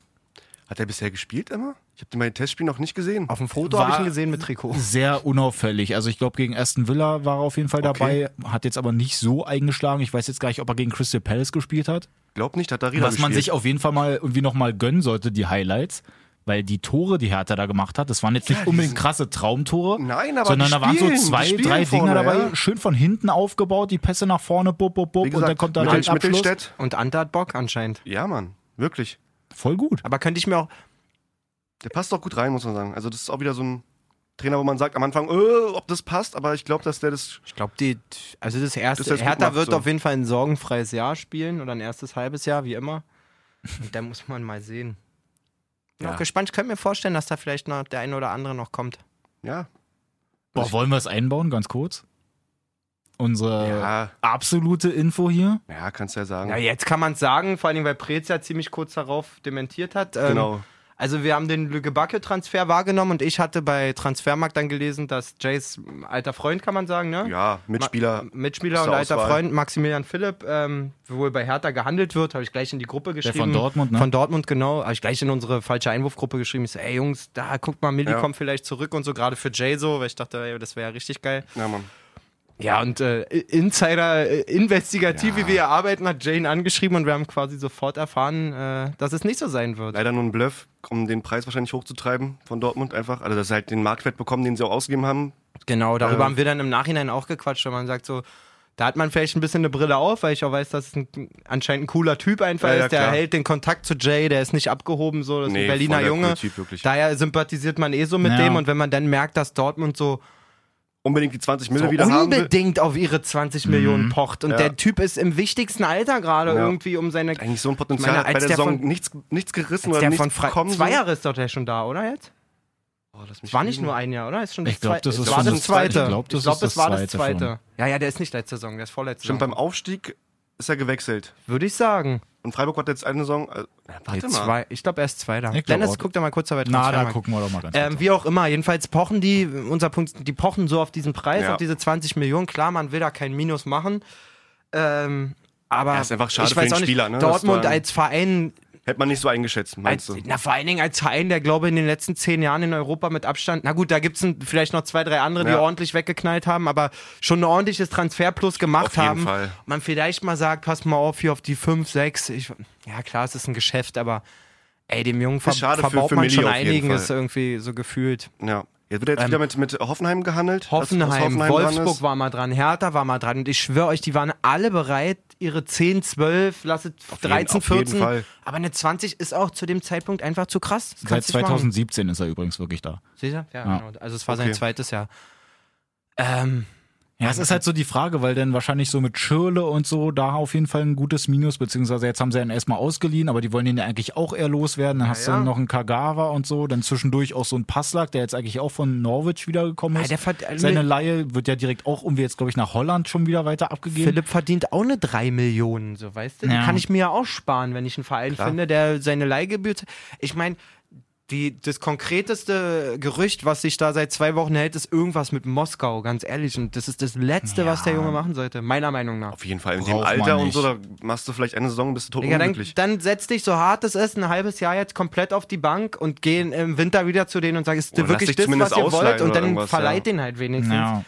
S4: Hat er bisher gespielt, Emma? Ich habe mein Testspiel noch nicht gesehen.
S3: Auf dem Foto
S2: War-
S3: habe ich ihn gesehen mit Trikot.
S2: Oh. Sehr unauffällig. Also ich glaube, gegen Aston Villa war er auf jeden Fall
S4: Okay.
S2: dabei. Hat jetzt aber nicht so eingeschlagen. Ich weiß jetzt gar nicht, ob er gegen Crystal Palace gespielt hat.
S4: Glaub nicht, hat da Rieder
S2: Was man sich auf jeden Fall mal irgendwie nochmal gönnen sollte, die Highlights. Weil die Tore, die Hertha da gemacht hat, das waren jetzt nicht unbedingt krasse Traumtore.
S4: Nein, aber
S2: sondern
S4: die
S2: da waren so
S4: spielen, die
S2: zwei,
S4: spielen
S2: drei
S4: vorne,
S2: Dinger dabei,
S4: ja.
S2: schön von hinten aufgebaut, die Pässe nach vorne, bub, bub, bub,
S4: Wie
S2: und dann
S4: gesagt,
S2: kommt da
S4: Mittel-
S2: ein Abschluss.
S4: Mittelstädt.
S3: Und Ante hat Bock anscheinend.
S4: Ja, Mann, wirklich.
S2: Voll gut.
S3: Aber könnte ich mir auch.
S4: Der passt auch gut rein, muss man sagen. Also das ist auch wieder so ein Trainer, wo man sagt am Anfang, äh, ob das passt, aber ich glaube, dass der das
S3: Ich glaube, die. Also das erste.
S4: Das ist jetzt gut
S3: Hertha
S4: gemacht,
S3: wird
S4: so.
S3: auf jeden Fall ein sorgenfreies Jahr spielen oder ein erstes halbes Jahr, wie immer. Und da muss man mal sehen. Bin
S4: Ja.
S3: auch gespannt. Ich könnte mir vorstellen, dass da vielleicht noch der eine oder andere noch kommt.
S4: ja,
S2: Boah, wollen wir es einbauen, ganz kurz? Unsere
S4: ja,
S2: absolute Info hier.
S4: ja, kannst du ja sagen.
S3: Ja, jetzt kann man es sagen, vor allem, weil Prez ja ziemlich kurz darauf dementiert hat. Ähm,
S4: Genau.
S3: Also wir haben den Lügebacke-Transfer wahrgenommen und ich hatte bei Transfermarkt dann gelesen, dass Jays alter Freund, kann man sagen, ne?
S4: Ja, Mitspieler.
S3: Ma Mitspieler und
S4: zur
S3: alter
S4: Auswahl.
S3: Freund Maximilian Philipp, ähm, wohl bei Hertha gehandelt wird, habe ich gleich in die Gruppe geschrieben.
S2: von Dortmund, ne?
S3: Von Dortmund, genau. Habe ich gleich in unsere falsche Einwurfgruppe geschrieben. Ich so, ey Jungs, da guckt mal, Milli
S4: Ja.
S3: kommt vielleicht zurück und so, gerade für Jay so, weil ich dachte, ey, das wäre ja richtig geil.
S4: Ja, Mann.
S3: Ja, und äh, Insider, äh, investigativ, wie wir hier arbeiten, hat Jane angeschrieben und wir haben quasi sofort erfahren, äh, dass es nicht so sein wird.
S4: Leider nur ein Bluff, um den Preis wahrscheinlich hochzutreiben von Dortmund einfach. Also, dass sie halt den Marktwert bekommen, den sie auch ausgegeben haben.
S3: Genau, darüber
S4: Ähm.
S3: haben wir dann im Nachhinein auch gequatscht, weil man sagt so, da hat man vielleicht ein bisschen eine Brille auf, weil ich auch weiß, dass es ein, anscheinend ein cooler Typ einfach
S4: Ja, ja,
S3: ist, der
S4: klar.
S3: hält den Kontakt zu Jay, der ist nicht abgehoben, so, das ist
S4: Nee,
S3: ein Berliner
S4: voll der
S3: Junge.
S4: coole Typ, wirklich.
S3: Daher sympathisiert man eh so mit
S2: Ja.
S3: dem und wenn man dann merkt, dass Dortmund so,
S4: Unbedingt die 20 Mille
S3: so
S4: wieder haben will.
S3: unbedingt auf ihre 20
S2: Mhm.
S3: Millionen pocht und
S4: Ja.
S3: der Typ ist im wichtigsten Alter gerade
S4: Ja.
S3: irgendwie um seine...
S4: Eigentlich so ein Potenzial
S3: Ich meine,
S4: hat bei
S3: als
S4: der,
S3: der
S4: Saison
S3: von-
S4: nichts, nichts gerissen
S3: Als
S4: oder
S3: der
S4: nichts
S3: von Fra
S4: bekommen.
S3: zwei Jahre ist doch der schon da, oder jetzt?
S4: Oh, lass mich
S3: War nicht
S4: lügen.
S3: nur ein Jahr, oder? Ist schon
S2: Ich
S3: das
S2: glaub,
S3: zweit-
S2: das ist
S3: war
S4: schon
S3: das
S4: das
S3: zweite.
S4: zweite.
S2: Ich glaub, das ist das
S3: war das
S2: zweite
S3: zweite.
S2: schon.
S3: Ja, ja, der ist nicht letzte Saison, der ist vorletzte
S4: Stimmt,
S3: Saison.
S4: beim Aufstieg ist er gewechselt.
S3: Würde ich sagen.
S4: Und Freiburg hat jetzt eine Saison. Äh, na, warte
S3: Nee,
S4: mal.
S3: zwei, ich glaube, erst zwei da.
S2: Ich glaub
S3: Dennis,
S2: auch.
S3: guck da mal kurz dabei
S2: Na, da
S3: Transfermarkt.
S2: gucken wir doch mal ganz kurz.
S3: Ähm, wie auch immer, jedenfalls pochen die, unser Punkt, die pochen so auf diesen Preis,
S4: Ja.
S3: auf diese 20 Millionen. Klar, man will da kein Minus machen. Ähm, aber
S4: Ja, ist einfach schade
S3: ich weiß
S4: für den
S3: auch nicht,
S4: Spieler, ne, dass
S3: Dortmund
S4: du dann-
S3: als Verein
S4: Hätte man nicht so eingeschätzt, meinst
S3: Als,
S4: du?
S3: na, vor allen Dingen als Verein, der glaube in den letzten zehn Jahren in Europa mit Abstand. Na gut, da gibt es vielleicht noch zwei, drei andere, die
S4: Ja.
S3: ordentlich weggeknallt haben, aber schon ein ordentliches Transferplus gemacht
S4: Auf jeden
S3: haben.
S4: Fall.
S3: Man vielleicht mal sagt, pass mal auf hier auf die fünf, sechs. Ich, ja, klar, es ist ein Geschäft, aber ey, dem Jungen ver
S4: Ist schade für-
S3: verbaut
S4: für
S3: man
S4: Milli
S3: schon
S4: auf jeden
S3: einiges
S4: Fall.
S3: irgendwie so gefühlt.
S4: Ja. Jetzt wird jetzt wieder mit, mit Hoffenheim gehandelt. dass- dass
S3: Ähm, Hoffenheim,
S4: dran
S3: Wolfsburg
S4: ist.
S3: war mal dran, Hertha war mal dran. Und ich schwöre euch, die waren alle bereit, ihre 10, 12, lasset
S4: jeden-
S3: 13,
S4: auf jeden
S3: 14.
S4: Fall.
S3: Aber eine 20 ist auch zu dem Zeitpunkt einfach zu krass. Das
S2: Seit
S3: kannst du nicht machen.
S2: 2017 ist er übrigens wirklich da.
S3: Sicher? Ja,
S2: Ja.
S3: genau. Also es war sein
S4: Okay.
S3: zweites Jahr. Ähm,
S2: Ja, es ist halt so die Frage, weil dann wahrscheinlich so mit Schirle und so da auf jeden Fall ein gutes Minus, beziehungsweise jetzt haben sie ihn erstmal ausgeliehen, aber die wollen ihn ja eigentlich auch eher loswerden. Dann hast du
S3: ja.
S2: dann noch einen Kagawa und so, dann zwischendurch auch so einen Passlack, der jetzt eigentlich auch von Norwich wiedergekommen
S3: Ja,
S2: ist.
S3: der verd- also-
S2: Seine Laie wird ja direkt auch irgendwie jetzt, glaube ich, nach Holland schon wieder weiter abgegeben.
S3: Philipp verdient auch eine 3 Millionen, so weißt du? Die
S2: Ja.
S3: kann ich mir ja auch sparen, wenn ich einen Verein finde, der seine Leihgebühr. z- Ich meine, die, das konkreteste Gerücht, was sich da seit zwei Wochen hält, ist irgendwas mit Moskau, ganz ehrlich. Und das ist das Letzte, was der Junge machen sollte, meiner Meinung nach.
S4: Auf jeden Fall. In
S2: Braucht
S4: dem Alter
S2: man
S4: und so, da
S2: nicht.
S4: machst du vielleicht eine Saison, bist du tot
S3: Digga, dann,
S4: unglücklich.
S3: dann setz dich so hart es ist, ein halbes Jahr jetzt komplett auf die Bank und geh im Winter wieder zu denen und sag, ist das
S4: Oder lass
S3: wirklich
S4: dich
S3: das, was
S4: zumindest
S3: ihr wollt?
S4: ausleihen
S3: Und
S4: oder
S3: dann
S4: irgendwas,
S3: verleiht
S4: ja.
S3: den halt wenigstens.
S2: ja.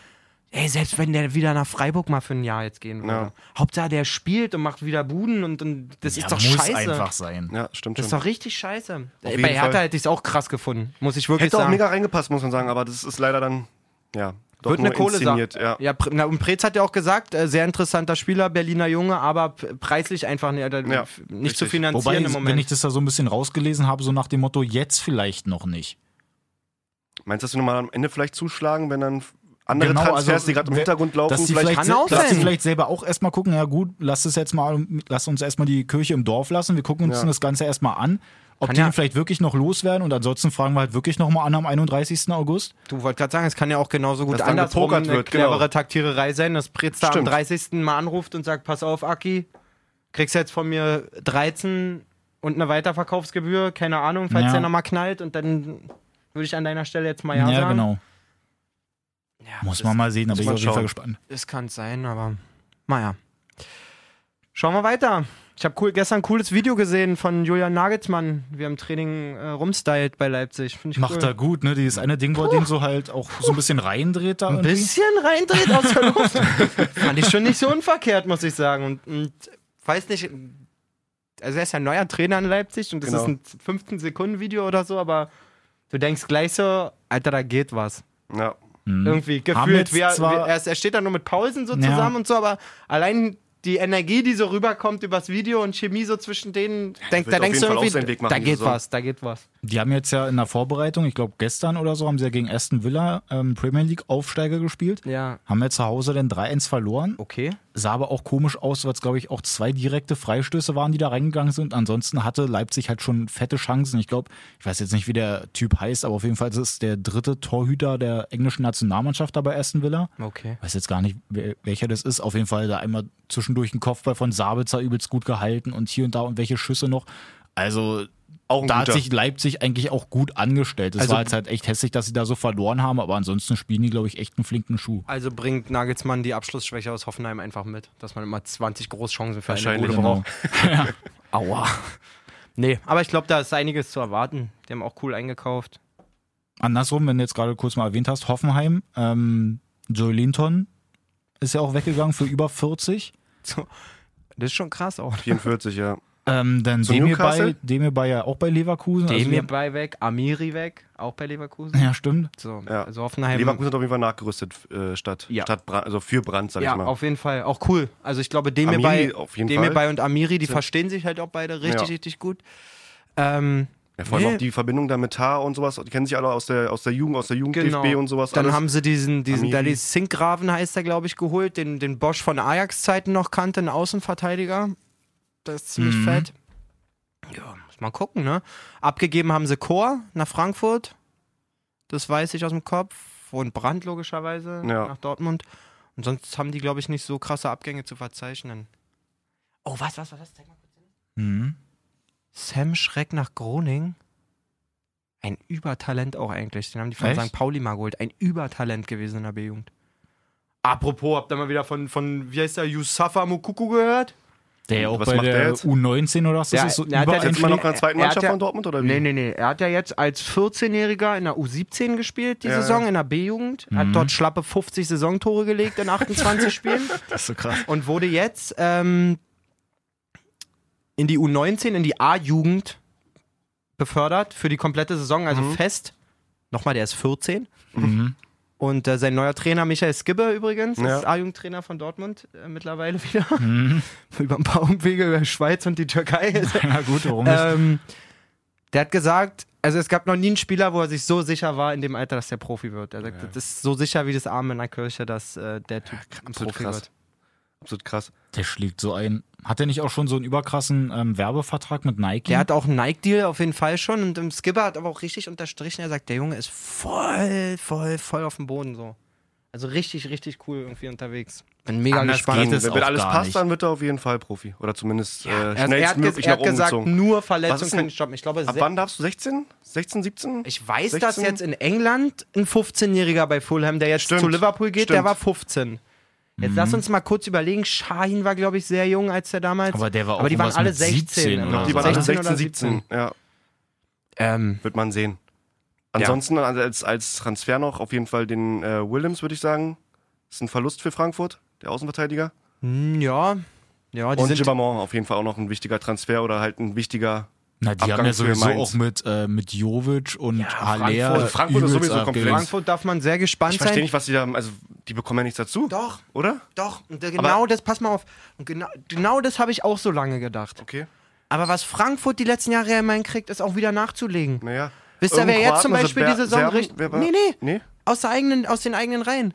S3: Ey, selbst wenn der wieder nach Freiburg mal für ein Jahr jetzt gehen würde.
S4: Ja.
S3: Hauptsache, der spielt und macht wieder Buden und, und das
S2: Ja,
S3: ist doch
S2: muss
S3: scheiße.
S2: einfach sein.
S4: ja, stimmt
S3: Das ist
S4: schon.
S3: doch richtig scheiße. Ey,
S4: jeden
S3: Bei Hertha
S4: Fall.
S3: hätte ich es auch krass gefunden, muss ich wirklich
S4: Hätte auch
S3: sagen.
S4: mega reingepasst, muss man sagen, aber das ist leider dann, ja, doch
S3: Wird
S4: nur
S3: eine Kohle
S4: inszeniert. Ja.
S3: Ja, Pre- na, und Preetz hat ja auch gesagt, äh, sehr interessanter Spieler, Berliner Junge, aber p- preislich einfach ne, da-
S4: Ja,
S3: f- nicht zu
S4: richtig.
S3: finanzieren
S2: Wobei,
S3: im
S2: wenn ich
S3: Moment.
S2: das da so ein bisschen rausgelesen habe, so nach dem Motto, jetzt vielleicht noch nicht.
S4: Meinst du, dass wir nochmal am Ende vielleicht zuschlagen, wenn dann andere
S2: Genau,
S4: Transfers,
S2: also,
S4: die gerade im
S2: wer-
S3: ne,
S4: Hintergrund laufen,
S2: dass die vielleicht,
S3: Kann auch
S2: dass die
S3: sein.
S2: vielleicht selber auch erstmal gucken, ja gut, lass es jetzt mal, lass uns erstmal die Kirche im Dorf lassen, wir gucken uns
S4: Ja.
S2: das Ganze erstmal an, ob
S3: Kann
S2: die
S3: ja-
S2: ihn vielleicht wirklich noch loswerden und ansonsten fragen wir halt wirklich nochmal an am 31. August.
S3: Du wolltest gerade sagen, es kann ja auch genauso gut
S4: Dass dann
S3: andersrum
S4: gepokert
S3: eine
S4: wird, genau.
S3: clevere Taktiererei sein, dass Preetz da am
S4: Stimmt.
S3: 30. mal anruft und sagt, pass auf, Aki, kriegst jetzt von mir 13 und eine Weiterverkaufsgebühr, keine Ahnung, falls
S2: Ja.
S3: der nochmal knallt und dann würde ich an deiner Stelle jetzt mal Ja,
S2: Ja,
S3: sagen.
S2: genau.
S3: Ja,
S2: Muss
S3: das-
S2: man mal sehen, aber ich bin
S4: man
S2: auf jeden Fall
S4: schauen.
S2: gespannt.
S3: Es kann sein, aber naja. Schauen wir weiter. Ich habe cool, gestern ein cooles Video gesehen von Julian Nagelsmann, wie er im Training äh, rumstylt bei Leipzig. Find ich
S2: Macht er
S3: cool.
S2: gut, ne? Dieses eine Ding, wo er den so halt auch so ein bisschen reindreht da
S3: Ein
S2: irgendwie.
S3: bisschen reindreht aus der Luft.
S4: (laughs)
S3: Fand ich schon nicht so unverkehrt, muss ich sagen. Und, und weiß nicht, also er ist ja ein neuer Trainer in Leipzig und das
S4: Genau.
S3: ist ein 15-Sekunden-Video oder so, aber du denkst gleich so, Alter, da geht was.
S4: ja.
S3: irgendwie
S2: Haben
S3: gefühlt.
S2: jetzt
S3: Wie er, wie
S2: zwar-
S3: er, ist- er steht da nur mit Pausen so
S2: Ja.
S3: zusammen und so, aber allein die Energie, die so rüberkommt übers Video und Chemie so zwischen denen, denk,
S4: wird
S3: da
S4: auf
S3: denkst
S4: jeden
S3: du
S4: Fall auch
S3: irgendwie,
S4: seinen Weg machen
S3: da
S4: diese
S3: geht
S4: Saison.
S3: was, da geht was.
S2: Die haben jetzt ja in der Vorbereitung, ich glaube gestern oder so, haben sie ja gegen Aston Villa ähm, Premier League Aufsteiger gespielt.
S3: Ja.
S2: Haben ja zu Hause dann 3-1 verloren.
S3: Okay.
S2: sah aber auch komisch aus, weil es, glaube ich, auch zwei direkte Freistöße waren, die da reingegangen sind. Ansonsten hatte Leipzig halt schon fette Chancen. Ich glaube, ich weiß jetzt nicht, wie der Typ heißt, aber auf jeden Fall ist es der dritte Torhüter der englischen Nationalmannschaft da bei Aston Villa.
S3: Okay.
S2: Weiß jetzt gar nicht, wer- welcher das ist. Auf jeden Fall da einmal zwischendurch ein Kopfball von Sabitzer übelst gut gehalten und hier und da und welche Schüsse noch. Also
S4: Auch ein
S2: da hat
S4: guter.
S3: (laughs)
S2: sich Leipzig eigentlich auch gut angestellt. Es
S3: Also-
S2: war jetzt halt echt hässlich, dass sie da so verloren haben, aber ansonsten spielen die, glaube ich, echt einen flinken Schuh.
S3: Also bringt Nagelsmann die Abschlussschwäche aus Hoffenheim einfach mit, dass man immer 20 Großchancen für eine
S4: Wahrscheinlich. ne?
S3: Bude
S2: Genau.
S3: braucht.
S2: (laughs)
S3: Aua. (laughs) Nee, aber ich glaube, da ist einiges zu erwarten. Die haben auch cool eingekauft.
S2: Andersrum, wenn du jetzt gerade kurz mal erwähnt hast, Hoffenheim, ähm, Joe Linton ist ja auch weggegangen für über 40.
S3: Das ist schon krass auch. ne?
S4: 44, ja.
S2: Ähm, dann
S4: Zu
S2: Demir bei,
S4: Newcastle?
S2: Demir bei ja auch bei Leverkusen. Also
S3: Demir
S2: wir-
S3: bei weg, Amiri weg, auch bei (laughs) Leverkusen.
S2: ja, stimmt.
S3: So,
S4: Ja.
S3: also Hoffenheim.
S4: Leverkusen hat auf jeden Fall nachgerüstet, äh, statt,
S3: Ja.
S4: statt Brand, also für Brand, sag
S3: Ja,
S4: ich mal.
S3: auf jeden Fall. Auch cool. Also ich glaube, Demir
S4: Amiri
S3: bei,
S4: auf jeden
S3: Demir
S4: Fall.
S3: bei und Amiri, die verstehen sich halt auch beide richtig,
S4: Ja.
S3: richtig gut. Ähm,
S4: ja, vor allem
S3: Nee.
S4: auch die Verbindung da mit Tar und sowas, die kennen sich alle aus der, aus der Jugend, aus der Jugend
S3: genau.
S4: DFB und sowas.
S3: Dann
S4: alles.
S3: haben sie diesen, diesen
S4: Amiri.
S3: Dali Sinkgraven heißt er, glaube ich, geholt, den, den Bosch von Ajax-Zeiten noch kannte, einen Außenverteidiger. Das ist
S4: Mhm.
S3: ziemlich fett. Ja, muss mal gucken, ne? Abgegeben haben sie Chor nach Frankfurt. Das weiß ich aus dem Kopf. Und Brand logischerweise
S4: Ja.
S3: nach Dortmund. Und sonst haben die, glaube ich, nicht so krasse Abgänge zu verzeichnen. Oh, was, was, was, was? Zeig mal.
S2: Mhm.
S3: Sam Schreck nach Groning. Ein Übertalent auch eigentlich. Den haben die von
S2: Echt?
S3: St. Pauli mal geholt. Ein Übertalent gewesen in der B-Jugend. Apropos, habt ihr mal wieder von, von wie heißt der, Yusafa Mukuku gehört?
S2: Der ja auch
S4: was
S2: bei
S4: macht der
S2: der
S4: jetzt?
S2: U19 oder was? Das
S3: Ja,
S2: ist so
S3: na, der
S2: überall
S3: hat jetzt
S4: Jetzt immer noch in
S2: schlägt.
S4: der zweiten
S3: Er hat
S4: Mannschaft
S3: ja-
S4: von Dortmund oder wie?
S3: Nee, nee, nee. Er hat ja jetzt als 14-Jähriger in der U17 gespielt, die
S4: Ja.
S3: Saison, in der B-Jugend. Hat dort schlappe 50 Saisontore gelegt in 28 Spielen.
S2: Das ist so krass.
S3: Und wurde jetzt ähm, in die U19, in die A-Jugend befördert für die komplette Saison. Also
S4: Mhm.
S3: fest. Nochmal, der ist 14.
S2: (laughs) Mhm.
S3: Und äh, sein neuer Trainer, Michael Skibbe übrigens,
S4: Ja. Mhm.
S3: ist A-Jugendtrainer von Dortmund äh, mittlerweile wieder. (laughs) über ein paar Umwege, über Schweiz und die
S4: (laughs)
S3: Türkei.
S2: Na gut, warum nicht?
S3: ähm, der hat gesagt, also es gab noch nie einen Spieler, wo er sich so sicher war in dem Alter, dass der Profi wird. Er sagt, das ist so sicher wie das Arm in der Kirche, dass äh, der Typ ein
S4: absolut
S3: Profi
S4: krass.
S3: wird.
S4: Absolut krass.
S2: Der schlägt so ein. Hat er nicht auch schon so einen überkrassen ähm, Werbevertrag mit Nike?
S3: Der
S4: Mhm.
S3: hat auch einen Nike-Deal auf jeden Fall schon und im Skipper hat aber auch richtig unterstrichen, er sagt, der Junge ist voll, voll, voll auf dem Boden so. Also richtig, richtig cool irgendwie unterwegs. Bin mega
S2: Anders
S3: gespannt.
S2: geht es
S4: Wenn wenn
S2: auch
S4: alles
S2: gar
S4: passt,
S2: nicht.
S4: dann wird er auf jeden Fall Profi. Oder zumindest äh,
S3: Er, er hat, ges-
S4: schnellstmöglich
S3: er
S4: nach
S3: hat
S4: oben
S3: gesagt,
S4: gezogen.
S3: nur
S4: Was
S3: Verletzungen
S4: ist denn-
S3: können nicht stoppen. Ich glaube,
S4: Ab
S3: se-
S4: wann darfst du? 16? 16, 17?
S3: Ich weiß,
S4: 16?
S3: dass jetzt in England ein 15-Jähriger bei Fulham, der jetzt
S4: Stimmt.
S3: zu Liverpool geht, der
S4: Stimmt. Mhm.
S3: war 15. Jetzt lass uns mal kurz überlegen. Shahin war, glaube ich, sehr jung, als der damals.
S2: Aber der war auch
S3: Aber die waren
S2: irgendwas
S3: alle genau. 16.
S2: mit 17
S3: immer.
S2: oder ne?
S4: Die waren alle
S2: 16
S4: 16, 17. Ja,
S3: Ähm,
S4: wird man sehen. Ansonsten als, als Transfer noch auf jeden Fall den äh, Williams, würde ich sagen. Ist ein Verlust für Frankfurt, der Außenverteidiger.
S3: mh, ja. Ja, die
S4: Und
S3: sind.
S4: Gibbermont auf jeden Fall auch noch ein wichtiger Transfer oder halt ein wichtiger.
S2: Na, die haben
S4: Abgang
S2: ja
S4: für
S2: sowieso
S4: Mainz.
S2: auch mit, äh, mit Jovic und ja, Haller.
S4: Also Frankfurt ist
S2: übelst
S4: sowieso komplett-
S2: abgegangen.
S3: Frankfurt darf man sehr gespannt
S4: Ich verstehe
S3: sein.
S4: nicht, was die da. Also, die bekommen ja nichts dazu.
S3: Doch,
S4: Oder?
S3: doch. Und äh, genau das, pass mal auf. Und genau, genau das habe ich auch so lange gedacht.
S4: Okay.
S3: Aber was Frankfurt die letzten Jahre immer hinkriegt, ist auch wieder nachzulegen.
S4: Naja.
S3: Wisst ihr, wer
S4: Irgendein
S3: jetzt zum
S4: Kroaten, also
S3: Beispiel
S4: Ber-
S3: die Saison
S4: Serben?
S3: richtig.
S4: Wer war-
S3: Nee, nee.
S4: Nee?
S3: aus, der eigenen, aus den eigenen Reihen.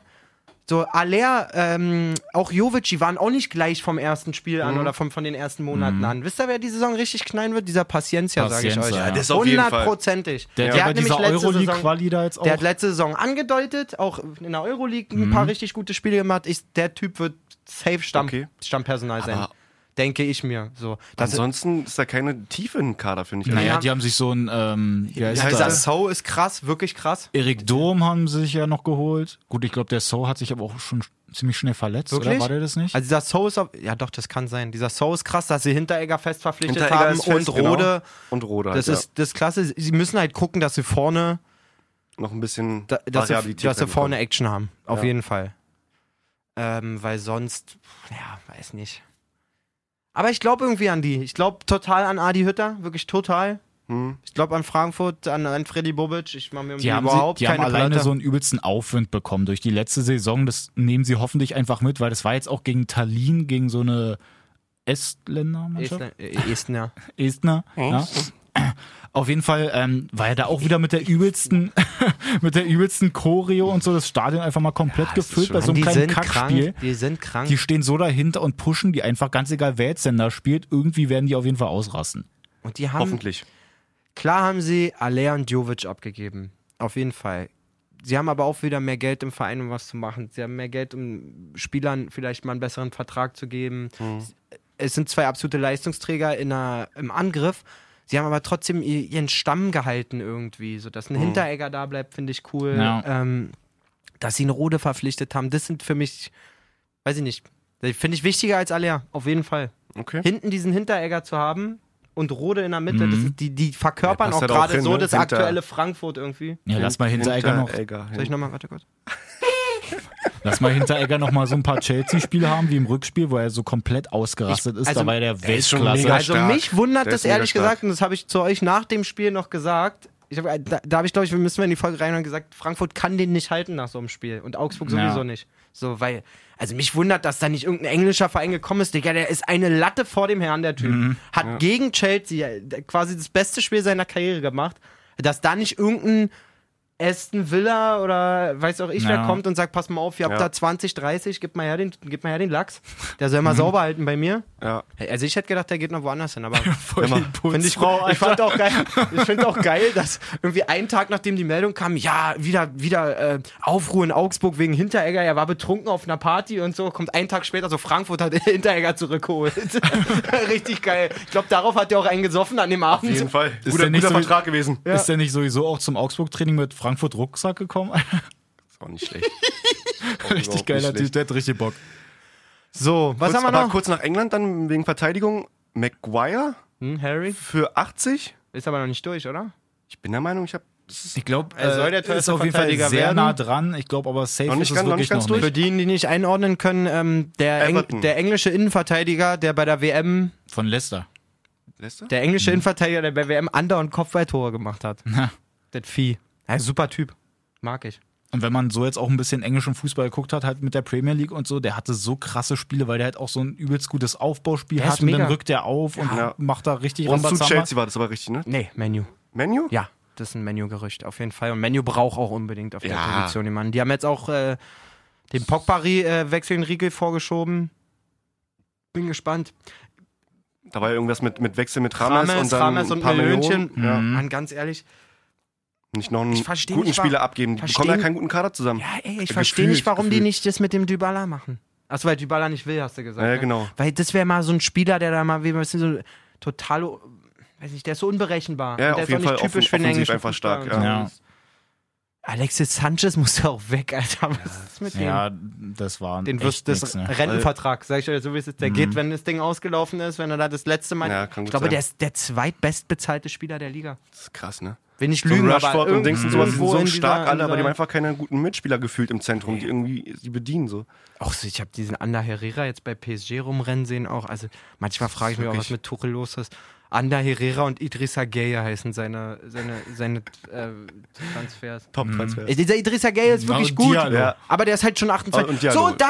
S3: So, Aller, ähm, auch Jovic, die waren auch nicht gleich vom ersten Spiel
S2: Mhm.
S3: an oder vom, von den ersten Monaten an. Wisst ihr, wer die Saison richtig knallen wird? Dieser Paciencia, sage ich
S2: Paciencia,
S3: euch.
S2: ja. Ja,
S4: das auf jeden Fall.
S3: Hundertprozentig.
S2: Der hat ja bei dieser
S3: Saison,
S2: Euroleague-Quali da jetzt
S3: der hat
S2: auch.
S3: letzte Saison angedeutet, auch in der Euroleague
S4: Mhm.
S3: ein paar richtig gute Spiele gemacht. Ich, der Typ wird safe Stamm,
S4: Okay.
S3: Stammpersonal sein.
S4: Aber-
S3: denke ich mir. So. Das
S4: Ansonsten ist da keine Tiefe im Kader, finde ich.
S2: Naja,
S3: Ja.
S2: die haben sich so ein, ähm, wie heißt
S4: heißt
S2: der?
S4: das?
S3: So ist krass, wirklich krass.
S2: Erik Durm haben sie sich ja noch geholt. Gut, ich glaube, der So hat sich aber auch schon ziemlich schnell verletzt, oder?
S3: Wirklich?
S2: War der das nicht?
S3: Also dieser So ist auf, ja doch, das kann sein. Dieser So ist krass, dass sie Hinteregger fest verpflichtet
S4: Hinteregger
S3: haben
S4: ist fest,
S3: und Rode.
S4: Genau. Und Rode halt,
S3: Das ist das ist klasse. Sie müssen halt gucken, dass sie vorne,
S4: ja. noch ein bisschen
S3: da, dass, sie,
S4: Variabilität
S3: dass sie
S4: reinbekommen.
S3: vorne Action haben. Auf
S4: Ja.
S3: jeden Fall. Ähm, weil sonst, ja, weiß nicht. Aber ich glaube irgendwie an die. Ich glaube total an Adi Hütter, wirklich total.
S4: Hm.
S3: Ich glaube an Frankfurt, an, an Freddy Bobic. Ich mache mir um die,
S2: Die haben, sie,
S3: überhaupt
S2: die haben
S3: keine
S2: alleine
S3: Platte.
S2: so einen übelsten Aufwind bekommen durch die letzte Saison. Das nehmen sie hoffentlich einfach mit, weil das war jetzt auch gegen Tallinn, gegen so eine Estländer-Mannschaft.
S3: Estland- äh, Esten, ja.
S2: Estner. Ja. Auf jeden Fall ähm, war er da auch wieder mit der übelsten, (laughs) mit der übelsten Choreo und so das Stadion einfach mal komplett gefüllt bei so einem
S3: die
S2: kleinen
S3: sind krank.
S2: Kackspiel.
S3: Die sind krank.
S2: Die stehen so dahinter und pushen die einfach, ganz egal wer jetzt denn da spielt, irgendwie werden die auf jeden Fall ausrasten.
S3: und die haben
S4: Hoffentlich.
S3: Klar haben sie Alea und Jovic abgegeben. Auf jeden Fall. Sie haben aber auch wieder mehr Geld im Verein, um was zu machen. Sie haben mehr Geld, um Spielern vielleicht mal einen besseren Vertrag zu geben. Es sind zwei absolute Leistungsträger in der, im Angriff. Sie haben aber trotzdem i- ihren Stamm gehalten irgendwie. So, dass ein Hinteregger da bleibt, finde ich cool.
S2: Ja.
S3: Ähm, dass sie einen Rode verpflichtet haben, das sind für mich, weiß ich nicht, finde ich wichtiger als Alea. Auf jeden Fall
S4: Okay.
S3: hinten diesen Hinteregger zu haben und Rode in der Mitte, das ist, die, die verkörpern
S4: Mhm. Ja,
S3: auch
S4: passt ja da auch
S3: gerade
S4: hin,
S3: so
S4: ne?
S3: das
S4: Hinter-
S3: aktuelle Frankfurt irgendwie.
S2: Ja, lass mal Hinteregger noch,
S4: Hinteregger,
S3: Soll ich nochmal, warte kurz.
S2: lass mal Hinteregger noch mal so ein paar Chelsea-Spiele haben, wie im Rückspiel, wo er so komplett ausgerastet ist.
S3: also-
S2: da war der
S4: ist schon
S2: Weltklasse.
S4: mega
S3: Also
S4: stark.
S3: mich wundert
S4: Der
S3: das
S4: ist mega
S3: ehrlich
S4: stark.
S3: gesagt und das habe ich zu euch nach dem Spiel noch gesagt. Ich hab, äh, da da habe ich, glaube ich, wir müssen wir in die Folge rein und gesagt, Frankfurt kann den nicht halten nach so einem Spiel und Augsburg
S2: Ja.
S3: sowieso nicht. So, weil, also mich wundert, dass da nicht irgendein englischer Verein gekommen ist. Digga, der ist eine Latte vor dem Herrn, der Typ.
S4: Mhm.
S3: Hat gegen Chelsea äh, quasi das beste Spiel seiner Karriere gemacht. Dass da nicht irgendein Aston Villa oder weiß auch ich, wer
S2: Ja.
S3: kommt und sagt, pass mal auf, ihr habt
S4: Ja.
S3: da 20, 30, gib mal her den, gib mal her den Lachs. Der soll mal
S4: Mhm.
S3: sauber halten bei mir.
S4: Ja.
S3: Also ich hätte gedacht, der geht noch woanders hin,
S4: (laughs)
S3: aber
S2: Voll
S4: Immer.
S2: die Putzfrau,
S3: finde ich gut. Ich
S2: Alter.
S3: fand
S4: (laughs)
S3: auch geil, ich finde auch geil, dass irgendwie einen Tag nachdem die Meldung kam, ja, wieder, wieder äh, Aufruhr in Augsburg wegen Hinteregger, er war betrunken auf einer Party und so, kommt einen Tag später, so Frankfurt hat (laughs) Hinteregger zurückgeholt. (laughs) Richtig geil. Ich glaube, darauf hat er auch einen gesoffen an dem
S4: Auf jeden
S3: Abend.
S4: Fall.
S2: Ist
S4: guter
S2: der nicht
S4: guter
S2: so-
S4: Vertrag gewesen.
S2: Ist der nicht sowieso auch zum Augsburg-Training mit Frankfurt Rucksack gekommen? (laughs)
S4: Ist auch nicht schlecht. Auch
S2: Richtig
S4: überhaupt
S2: geiler
S4: nicht
S2: Typ, der hat richtig Bock.
S3: So, was
S4: kurz,
S3: haben wir
S4: aber
S3: noch?
S4: kurz nach England dann wegen Verteidigung. Maguire
S3: Hm, Harry?
S4: für 80.
S3: Ist aber noch nicht durch, oder?
S4: Ich bin der Meinung, ich habe
S2: Ich glaube,
S3: Er soll der
S2: äh, ist
S3: teuerste
S2: auf jeden Fall
S3: Verteidiger
S2: sehr
S3: werden.
S2: nah dran. Ich glaube aber safe
S4: Noch nicht
S2: ist es
S4: ganz- noch
S2: wirklich
S4: nicht ganz
S2: noch
S4: durch.
S2: nicht.
S3: Für die, die nicht einordnen können, ähm, der, Eng
S4: Everton.
S3: der englische Innenverteidiger, der bei der WM,
S2: Von Leicester.
S4: Leicester?
S3: der englische Innenverteidiger, der bei der WM andauernd Kopfballtore gemacht hat.
S2: Na.
S3: Das Vieh. Ja, super Typ. Mag ich.
S2: Und wenn man so jetzt auch ein bisschen englischen Fußball geguckt hat, halt mit der Premier League und so, der hatte so krasse Spiele, weil der halt auch so ein übelst gutes Aufbauspiel
S3: Der ist
S2: hat und dann
S3: mega.
S2: rückt er auf und
S4: Ja.
S2: macht da richtig
S4: Und zu
S2: Rambazamba.
S4: Chelsea war das aber richtig, ne?
S3: Nee, Menu.
S4: Menu?
S3: Ja, das ist ein Menu-Gerücht, auf jeden Fall. Und Menu braucht auch unbedingt auf der
S4: Ja.
S3: Position jemanden. Die haben jetzt auch äh, den Pogba-Wechsel in Riegel vorgeschoben. Bin gespannt.
S4: Da war ja irgendwas mit, mit Wechsel mit Rames,
S3: Rames,
S4: und dann
S3: Rames
S4: ein
S3: und
S4: paar
S3: Millionchen.
S4: Millionen. Ja.
S3: Mann, ganz ehrlich.
S4: Nicht noch einen
S3: Ich versteh
S4: guten
S3: nicht, wa-
S4: Spieler abgeben. Die
S3: versteh-
S4: bekommen ja keinen guten Kader zusammen.
S3: Ja, ey, ich
S4: Gefühlt,
S3: verstehe nicht, warum die
S4: gefühlt.
S3: nicht das mit dem Dybala machen. Achso, weil Dybala nicht will, hast du gesagt.
S4: Ja,
S3: ne?
S4: genau.
S3: Weil das wäre mal so ein Spieler, der da mal wie ein bisschen so total, weiß nicht, der ist so unberechenbar.
S4: Ja,
S3: Und
S4: auf
S3: der ist
S4: jeden
S3: auch
S4: Fall
S3: nicht typisch
S4: offen-
S3: für den
S4: offensiv
S3: englischen
S4: einfach
S3: Fußball
S4: stark,
S3: und
S2: ja.
S3: so. Alexis Sanchez muss ja auch weg, Alter. Was ist mit dem?
S2: Ja, das war
S3: den
S2: echt
S3: wirst
S2: nix,
S3: das
S2: ne? Mhm.
S3: Rentenvertrag, sag ich dir so wie es ist, der geht, wenn das Ding ausgelaufen ist, wenn er da das letzte Mal.
S4: Ja, kann gut
S3: ich glaube,
S4: sein.
S3: der ist der zweitbestbezahlte Spieler der Liga.
S4: Das ist krass, ne?
S3: Wenn ich
S4: So
S3: lügen,
S4: Rushford
S3: aber
S4: und Dings und sowas die sind
S3: irgendwo
S4: so
S3: in
S4: stark
S3: dieser-
S4: alle, aber die haben
S3: dieser-
S4: einfach keine guten Mitspieler gefühlt im Zentrum, die irgendwie sie bedienen so.
S3: Auch so, ich habe diesen Ander Herrera jetzt bei PSG rumrennen sehen auch. Also manchmal frage ich mich auch, was
S4: wirklich-
S3: mit Tuchel los ist. Ander Herrera und Idrissa Gueye heißen seine, seine, seine äh, Transfers.
S4: Top-Transfer.
S3: Äh, Dieser Idrissa Gueye ist wirklich
S2: und
S3: gut,
S2: Diallo.
S4: Ja.
S3: aber der ist halt schon 28.
S4: Und- und Diallo.
S3: so, und da...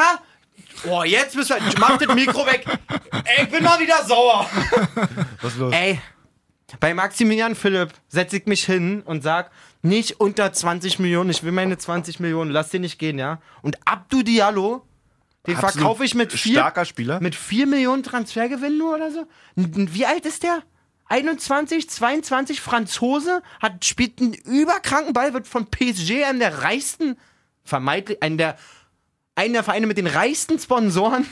S3: Boah, jetzt müssen wir... Mach das Mikro weg. Ey, ich bin mal wieder sauer.
S4: Was ist los?
S3: Ey, bei Maximilian Philipp setze ich mich hin und sag, nicht unter 20 Millionen, ich will meine 20 Millionen, lass den nicht gehen, ja? Und Abdu Diallo, den
S4: Absolut
S3: verkaufe ich mit 4
S4: Starker Spieler.
S3: mit vier Millionen Transfergewinn nur oder so. N- n- Wie alt ist der? 21, 22, Franzose, hat, spielt einen überkranken Ball, wird von PSG, einem der reichsten, vermeintlich, einem der, einem der Vereine mit den reichsten Sponsoren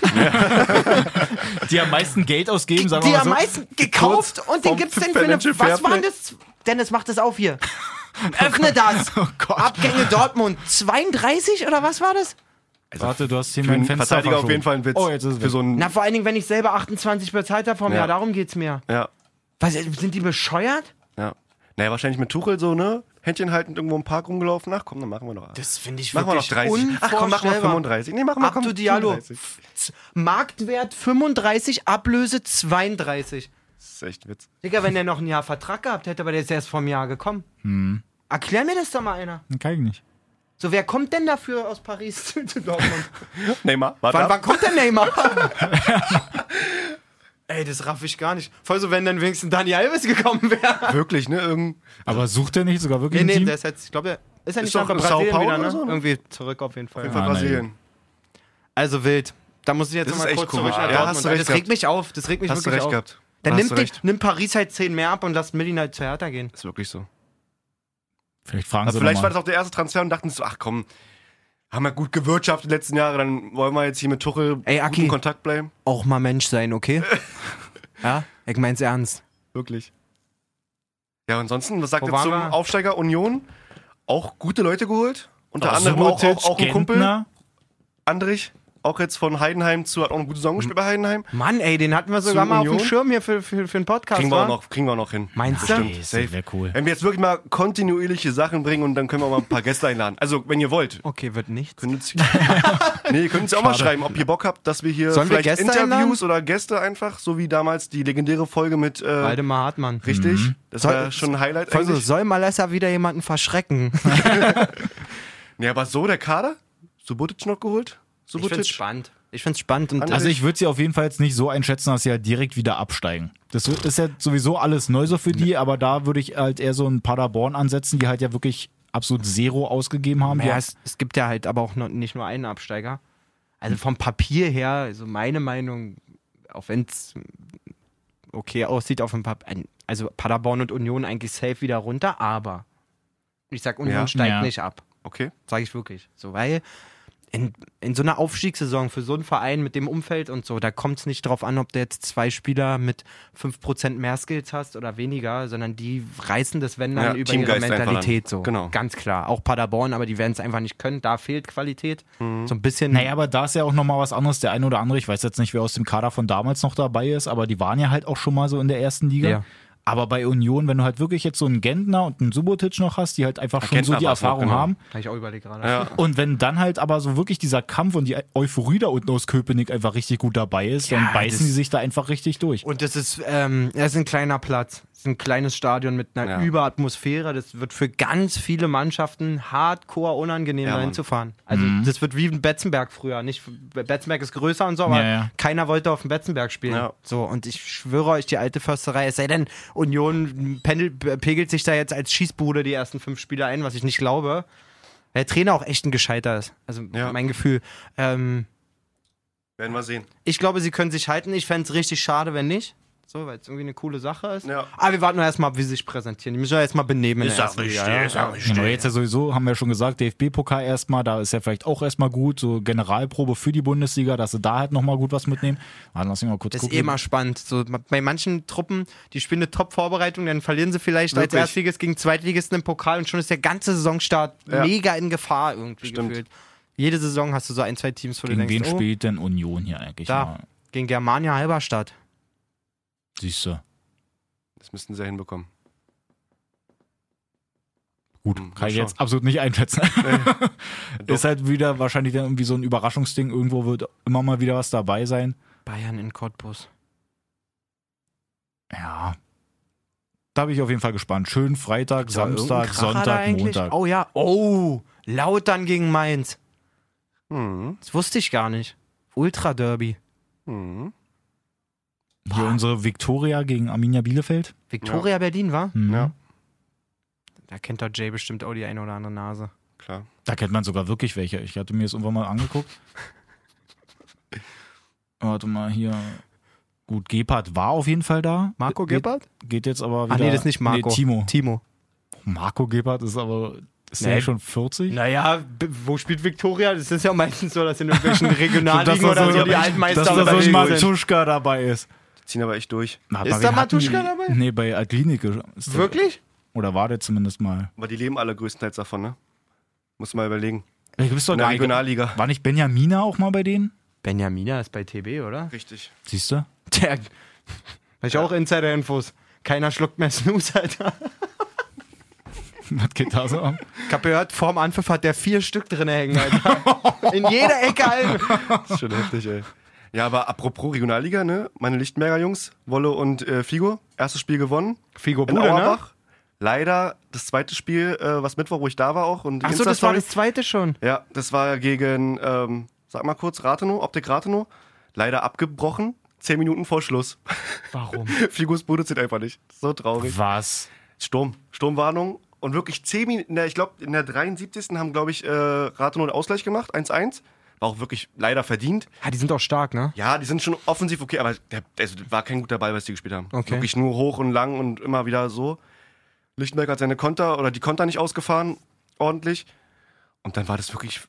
S2: Die am meisten Geld ausgeben, sagen wir
S3: die
S2: mal
S3: am
S2: so.
S3: meisten gekauft
S4: kurz
S3: und den
S4: vom
S3: gibt's denn für eine.
S4: Financial Fair
S3: Was war
S4: Play.
S3: denn das? Dennis, mach das auf hier. Öffne das. Abgänge Dortmund. 32 oder was war das?
S2: Warte, du hast hier
S4: Für
S2: mein
S4: einen
S2: Fenster
S4: Verteidiger auf
S2: verschoben.
S4: jeden Fall ein Witz.
S2: Oh, jetzt ist es
S4: Für so einen,
S3: Na, vor allen Dingen, wenn ich selber 28 bezahlt habe vom
S4: Ja.
S3: Jahr, darum geht's mir.
S4: ja,
S3: Was, sind die bescheuert?
S4: ja. Naja, wahrscheinlich mit Tuchel so, ne? Händchen haltend irgendwo im Park rumgelaufen. Ach komm, dann machen wir noch.
S3: Das finde ich
S4: machen wir noch 30. Ach komm, machen wir 35. Nee, machen wir komm,
S3: Abdu Diallo.
S4: 35.
S3: Z- Marktwert 35, Ablöse 32.
S4: Das ist echt ein Witz.
S3: Digga, wenn der noch ein Jahr Vertrag gehabt hätte, aber der ist erst vom Jahr gekommen. Erklär mir das doch mal einer.
S2: Kann ich nicht.
S3: So, wer kommt denn dafür aus Paris (laughs) zu zu Dortmund?
S4: Neymar, warte
S3: Wann,
S4: ab.
S3: wann kommt der (laughs) Neymar? Ey, das raff ich gar nicht. Voll so, wenn dann wenigstens Dani Alves gekommen wäre.
S4: Wirklich, ne? Irgend,
S2: Aber sucht er nicht sogar
S3: (laughs)
S2: wirklich
S3: Nee,
S2: ein
S3: nee,
S2: Team?
S3: der ist jetzt, ich glaube, der ist ja nicht
S4: doch
S3: noch in
S4: in Sao
S3: Brasilien
S4: Paulo
S3: wieder, ne?
S4: oder so, ne?
S3: Irgendwie zurück auf jeden Fall.
S4: auf jeden
S3: ja.
S4: Fall
S2: Ah,
S4: Brasilien.
S3: Also wild. Da muss ich jetzt
S4: Das
S3: noch mal
S4: ist echt
S3: kurz
S4: komisch.
S3: zurück nach
S4: Ja,
S3: Dortmund.
S4: hast du recht
S3: das
S4: gehabt.
S3: regt mich auf, das regt mich
S4: Hast du
S3: wirklich
S4: recht
S3: auf.
S4: gehabt.
S3: Dann
S4: Hast
S3: nimmt,
S4: du
S3: die-
S4: recht.
S3: nimmt Paris halt 10 mehr ab und lasst Millie halt zu Hertha gehen.
S4: Ist wirklich so.
S2: Vielleicht fragen
S4: Na,
S2: sie
S4: Also vielleicht
S2: noch
S4: war
S2: mal.
S4: das auch der erste Transfer und dachten so, ach komm, haben wir gut gewirtschaftet die letzten Jahre, dann wollen wir jetzt hier mit Tuchel
S3: Ey, Aki.
S4: guten Kontakt bleiben.
S3: Auch mal Mensch sein, (laughs) okay? ja, ich mein's ernst.
S4: Wirklich. Ja, ansonsten, was sagt
S3: Wo
S4: ihr
S3: waren
S4: zum
S3: wir?
S4: Aufsteiger Union? Auch gute Leute geholt. Unter anderem auch,
S2: Subotic,
S4: auch, auch ein Kumpel,
S2: Gentner.
S4: Andrich. Auch jetzt von Heidenheim zu, hat auch eine gute Saison gespielt bei Heidenheim.
S3: Mann, ey, den hatten wir sogar
S4: Zu
S3: mal auf
S4: Union?
S3: dem Schirm hier für, für, für den Podcast.
S4: Kriegen wir, auch
S3: wa?
S4: noch, kriegen wir auch noch hin.
S3: Meinst du?
S4: Bestimmt,
S2: Ey,
S4: safe.
S2: wär cool.
S4: Wenn wir jetzt wirklich mal kontinuierliche Sachen bringen und dann können wir mal ein paar Gäste einladen. Also, wenn ihr wollt.
S3: Okay, wird nichts.
S4: Könnt uns,
S3: (laughs)
S4: nee, ihr könnt uns auch mal schreiben, ob ihr Bock habt, dass wir hier
S3: Sollen wir
S4: vielleicht
S3: Gäste einladen?
S4: Interviews oder Gäste einfach, so wie damals die legendäre Folge mit äh,
S3: Waldemar Hartmann.
S4: Richtig. Das
S3: Mhm. Soll-
S4: war schon ein Highlight
S3: Also
S4: eigentlich.
S3: soll Malessa wieder jemanden verschrecken?
S4: Nee, aber so der Kader? Subotic noch geholt? Subotic?
S3: spannend. Ich find's spannend. Und
S4: Andere-
S2: Also ich würde sie auf jeden Fall jetzt nicht so einschätzen, dass sie halt direkt wieder absteigen. Das wird- ist ja sowieso alles neu so für die, aber da würde ich halt eher so ein Paderborn ansetzen, die halt ja wirklich absolut Zero ausgegeben haben.
S3: Also, ja,
S2: Ja,
S3: es, es gibt ja halt aber auch noch, nicht nur einen Absteiger. Also vom Papier her, also meine Meinung, auch wenn's okay aussieht auf dem Papier, also Paderborn und Union eigentlich safe wieder runter, aber ich sag, Union
S4: Ja.
S3: steigt
S2: Ja.
S3: nicht ab.
S4: Okay.
S3: Sag ich wirklich. So, weil in, in so einer Aufstiegssaison für so einen Verein mit dem Umfeld und so, da kommt es nicht drauf an, ob du jetzt zwei Spieler mit 5% mehr Skills hast oder weniger, sondern die reißen das, wenn dann
S4: Ja,
S3: über ihre
S4: Teamgeist einfach
S3: Mentalität
S4: dann.
S3: so.
S4: Genau.
S3: Ganz klar. Auch Paderborn, aber die werden es einfach nicht können. Da fehlt Qualität.
S4: Mhm.
S3: So ein bisschen.
S2: Naja, aber da ist ja auch nochmal was anderes. Der eine oder andere, ich weiß jetzt nicht, wer aus dem Kader von damals noch dabei ist, aber die waren ja halt auch schon mal so in der ersten Liga.
S3: Ja.
S2: Aber bei Union, wenn du halt wirklich jetzt so einen Gentner und einen Subotic noch hast, die halt einfach schon
S4: Gentner
S2: so die
S4: war's noch,
S2: Erfahrung
S4: genau.
S2: haben.
S3: Habe ich auch überlegt gerade.
S4: Ja.
S2: Und wenn dann halt aber so wirklich dieser Kampf und die Euphorie da unten aus Köpenick einfach richtig gut dabei ist,
S3: Ja,
S2: dann beißen
S3: das-
S2: die sich da einfach richtig durch.
S3: Und das ist, ähm, das ist ein kleiner Platz. Das ist ein kleines Stadion mit einer
S4: Ja.
S3: Überatmosphäre. Das wird für ganz viele Mannschaften hardcore unangenehm,
S4: Ja,
S3: da
S4: Mann.
S3: hinzufahren. Also
S2: Mhm.
S3: das wird wie ein Betzenberg früher. Nicht, Betzenberg ist größer und so, aber
S2: Ja, ja.
S3: keiner wollte auf dem Betzenberg spielen.
S4: Ja.
S3: So, und ich schwöre euch, die alte Försterei, es sei denn, Union pendelt, pegelt sich da jetzt als Schießbude die ersten fünf Spiele ein, was ich nicht glaube. Weil Der Trainer auch echt ein Gescheiter ist. Also
S4: Ja.
S3: mein Gefühl. Ähm,
S4: Werden wir sehen.
S3: ich glaube, sie können sich halten. Ich fände es richtig schade, wenn nicht. So, weil es irgendwie eine coole Sache ist.
S4: Ja.
S3: Aber wir warten nur erstmal ab, wie sie sich präsentieren. Die müssen ja erstmal benehmen. in der ersten Liga, ja.
S2: Genau, jetzt ja sowieso, haben wir schon gesagt, DFB-Pokal erstmal, da ist ja vielleicht auch erstmal gut, so Generalprobe für die Bundesliga, dass sie da halt nochmal gut was mitnehmen. Warte, lass mich mal kurz
S3: Das ist
S2: gucken.
S3: eh immer spannend. So, bei manchen Truppen, die spielen eine Top-Vorbereitung, dann verlieren sie vielleicht
S4: Wirklich?
S3: als Erstligist gegen Zweitligisten im Pokal und schon ist der ganze Saisonstart
S4: Ja.
S3: mega in Gefahr irgendwie
S4: Stimmt.
S3: gefühlt. Jede Saison hast du so ein, zwei Teams, wo
S2: Gegen
S3: du
S2: wen
S3: denkst, oh,
S2: spielt denn Union hier eigentlich?
S3: Da.
S2: mal?
S3: gegen Germania Halberstadt.
S2: Siehst du.
S4: Das müssten sie ja hinbekommen.
S2: Gut,
S4: Hm,
S2: kann ich
S4: mal
S2: jetzt absolut nicht einschätzen. (laughs)
S4: Doch.
S2: ist halt wieder wahrscheinlich dann irgendwie so ein Überraschungsding. Irgendwo wird immer mal wieder was dabei sein.
S3: Bayern in Cottbus.
S2: Ja. Da bin ich auf jeden Fall gespannt. Schön Freitag,
S3: Ist da irgendein
S2: Samstag,
S3: Kracher da
S2: Sonntag,
S3: eigentlich?
S2: Montag.
S3: Oh ja. Oh, Lautern gegen Mainz.
S4: Mhm.
S3: Das wusste ich gar nicht. Ultra Derby.
S4: Mhm.
S2: Hier unsere Viktoria gegen Arminia Bielefeld.
S3: Victoria Berlin, war?
S2: Mhm.
S4: Ja.
S3: Da kennt doch Jay bestimmt auch die eine oder andere Nase.
S4: Klar.
S2: Da kennt man sogar wirklich welche. Ich hatte mir das irgendwann mal angeguckt. Warte mal, hier. Gut, Gebhardt war auf jeden Fall da. Geht- Geht jetzt aber wieder.
S3: Ah, nee, das ist nicht Marco.
S2: Timo.
S3: Timo.
S2: Marco Gebhardt ist aber. Ist der
S3: Nee.
S2: schon 40?
S3: Naja, b- wo spielt Victoria? Das ist ja meistens so, dass in (laughs) irgendwelchen
S2: Und dass
S3: Regionalligen
S2: da
S3: oder so die
S2: dass
S3: Altmeister
S2: da so
S3: oder
S2: ein
S3: so sind.
S2: Matuschka dabei ist.
S4: Die ziehen aber echt durch.
S2: Na,
S3: Ist da
S2: aber wir hatten
S3: Matuschka
S2: die-
S3: dabei?
S2: Nee, bei Altlinike. ist der-
S3: Wirklich?
S2: Oder war der zumindest mal.
S4: Aber die leben alle größtenteils davon, ne? Muss mal überlegen.
S2: Da gibt's doch
S4: In der
S2: gar nicht.
S4: Regionalliga.
S2: War nicht Benjamina auch mal bei denen?
S3: Benjamina ist bei TB, oder?
S4: Richtig.
S2: Siehst du? (laughs)
S3: Der. Habe ich auch Insider-Infos. Keiner schluckt mehr Snooze, Alter.
S2: Was geht da so ab?
S3: Ich hab gehört, vorm Anpfiff hat der vier Stück drin hängen, Alter. (laughs) In jeder Ecke allen.
S4: Das ist schon heftig, ey. Ja, aber apropos Regionalliga, ne? Meine Lichtenberger Jungs, Wolle und äh, Figo, erstes Spiel gewonnen.
S3: Figo
S4: In
S3: Bude, ne?
S4: Auerbach. Leider das zweite Spiel, äh, was Mittwoch, wo ich da war auch. Und die
S3: Achso, das war
S4: Insta-Story.
S3: das zweite schon.
S4: Ja, das war gegen, ähm, sag mal kurz, Rathenow, Optik Rathenow. Leider abgebrochen, zehn Minuten vor Schluss. (laughs)
S3: Warum?
S4: Figos Bude zählt einfach nicht. So traurig.
S2: Was?
S4: Sturm, Sturmwarnung. Und wirklich zehn Minuten, na, ich glaube, in der 73. haben, glaube ich, äh, Rathenow einen Ausgleich gemacht, 1-1. War auch wirklich leider verdient.
S3: Ah, die sind auch stark, ne?
S4: Ja, die sind schon offensiv okay, aber der, also, war kein guter Ball, was die gespielt haben.
S3: Okay.
S4: Wirklich nur hoch und lang und immer wieder so. Lichtenberg hat seine Konter oder die Konter nicht ausgefahren, ordentlich. Und dann war das wirklich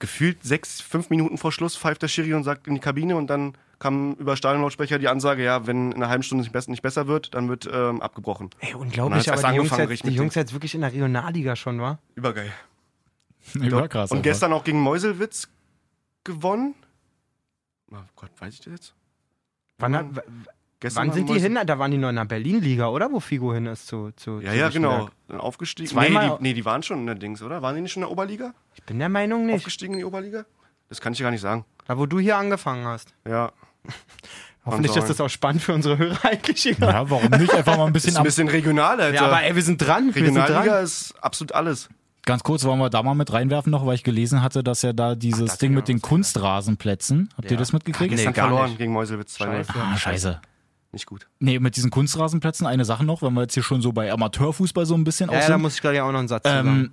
S4: gefühlt sechs, fünf Minuten vor Schluss, pfeift der Schiri und sagt in die Kabine und dann kam über Stadionlautsprecher die Ansage, ja, wenn in einer halben Stunde nicht besser, nicht besser wird, dann wird ähm, abgebrochen.
S3: Ey,
S4: Man hat's
S3: unglaublich, aber
S4: erst
S3: die Jungs,
S4: angefangen,
S3: jetzt,
S4: richtig
S3: die
S4: mit
S3: Jungs jetzt wirklich in der Regionalliga schon, war?
S4: Übergeil.
S2: Über krass.
S4: und
S2: aber.
S4: gestern auch gegen Meuselwitz gewonnen. Oh Gott, weiß ich das jetzt?
S3: Wann, hat,
S4: Mhm.
S3: w-
S4: Gestern
S3: wann
S4: haben
S3: sind die
S4: Meusel-
S3: hin? Da waren die noch in der Berlin-Liga, oder? Wo Figo hin ist zu, zu
S4: Ja,
S3: zu
S4: ja,
S3: Lichtenberg.
S4: genau. Dann aufgestiegen.
S3: Zweimal-
S4: Nee die, nee, die waren schon in der Dings, oder? Waren die nicht schon in der Oberliga?
S3: Ich bin der Meinung nicht.
S4: Aufgestiegen in die Oberliga? Das kann ich ja gar nicht sagen.
S3: Da, wo du hier angefangen hast.
S4: Ja.
S3: Hoffentlich ist das auch spannend für unsere Hörer eigentlich. Ja,
S2: Ja, warum nicht? Einfach mal
S3: (laughs)
S2: ein bisschen
S4: Ist ein
S2: ab.
S4: bisschen regional, Alter.
S3: aber ey, wir sind dran. Wir sind
S4: Regionalliga
S3: dran.
S4: ist absolut alles.
S2: Ganz kurz, wollen wir da mal mit reinwerfen noch, weil ich gelesen hatte, dass ja da dieses
S3: da
S2: Ding
S3: kann
S2: mit
S3: ja
S2: den Kunstrasenplätzen. Habt ihr das mitgekriegt?
S4: Gestern
S3: gar
S4: verloren
S3: nicht.
S4: gegen Meuselwitz 2
S3: Scheiße.
S2: Ah, scheiße.
S4: Nicht gut.
S2: Nee, mit diesen Kunstrasenplätzen eine Sache noch, wenn wir jetzt hier schon so bei Amateurfußball so ein bisschen
S3: Ja,
S2: auch
S3: ja, da
S2: sind.
S3: muss ich gleich auch noch einen Satz zu sagen.
S2: ähm,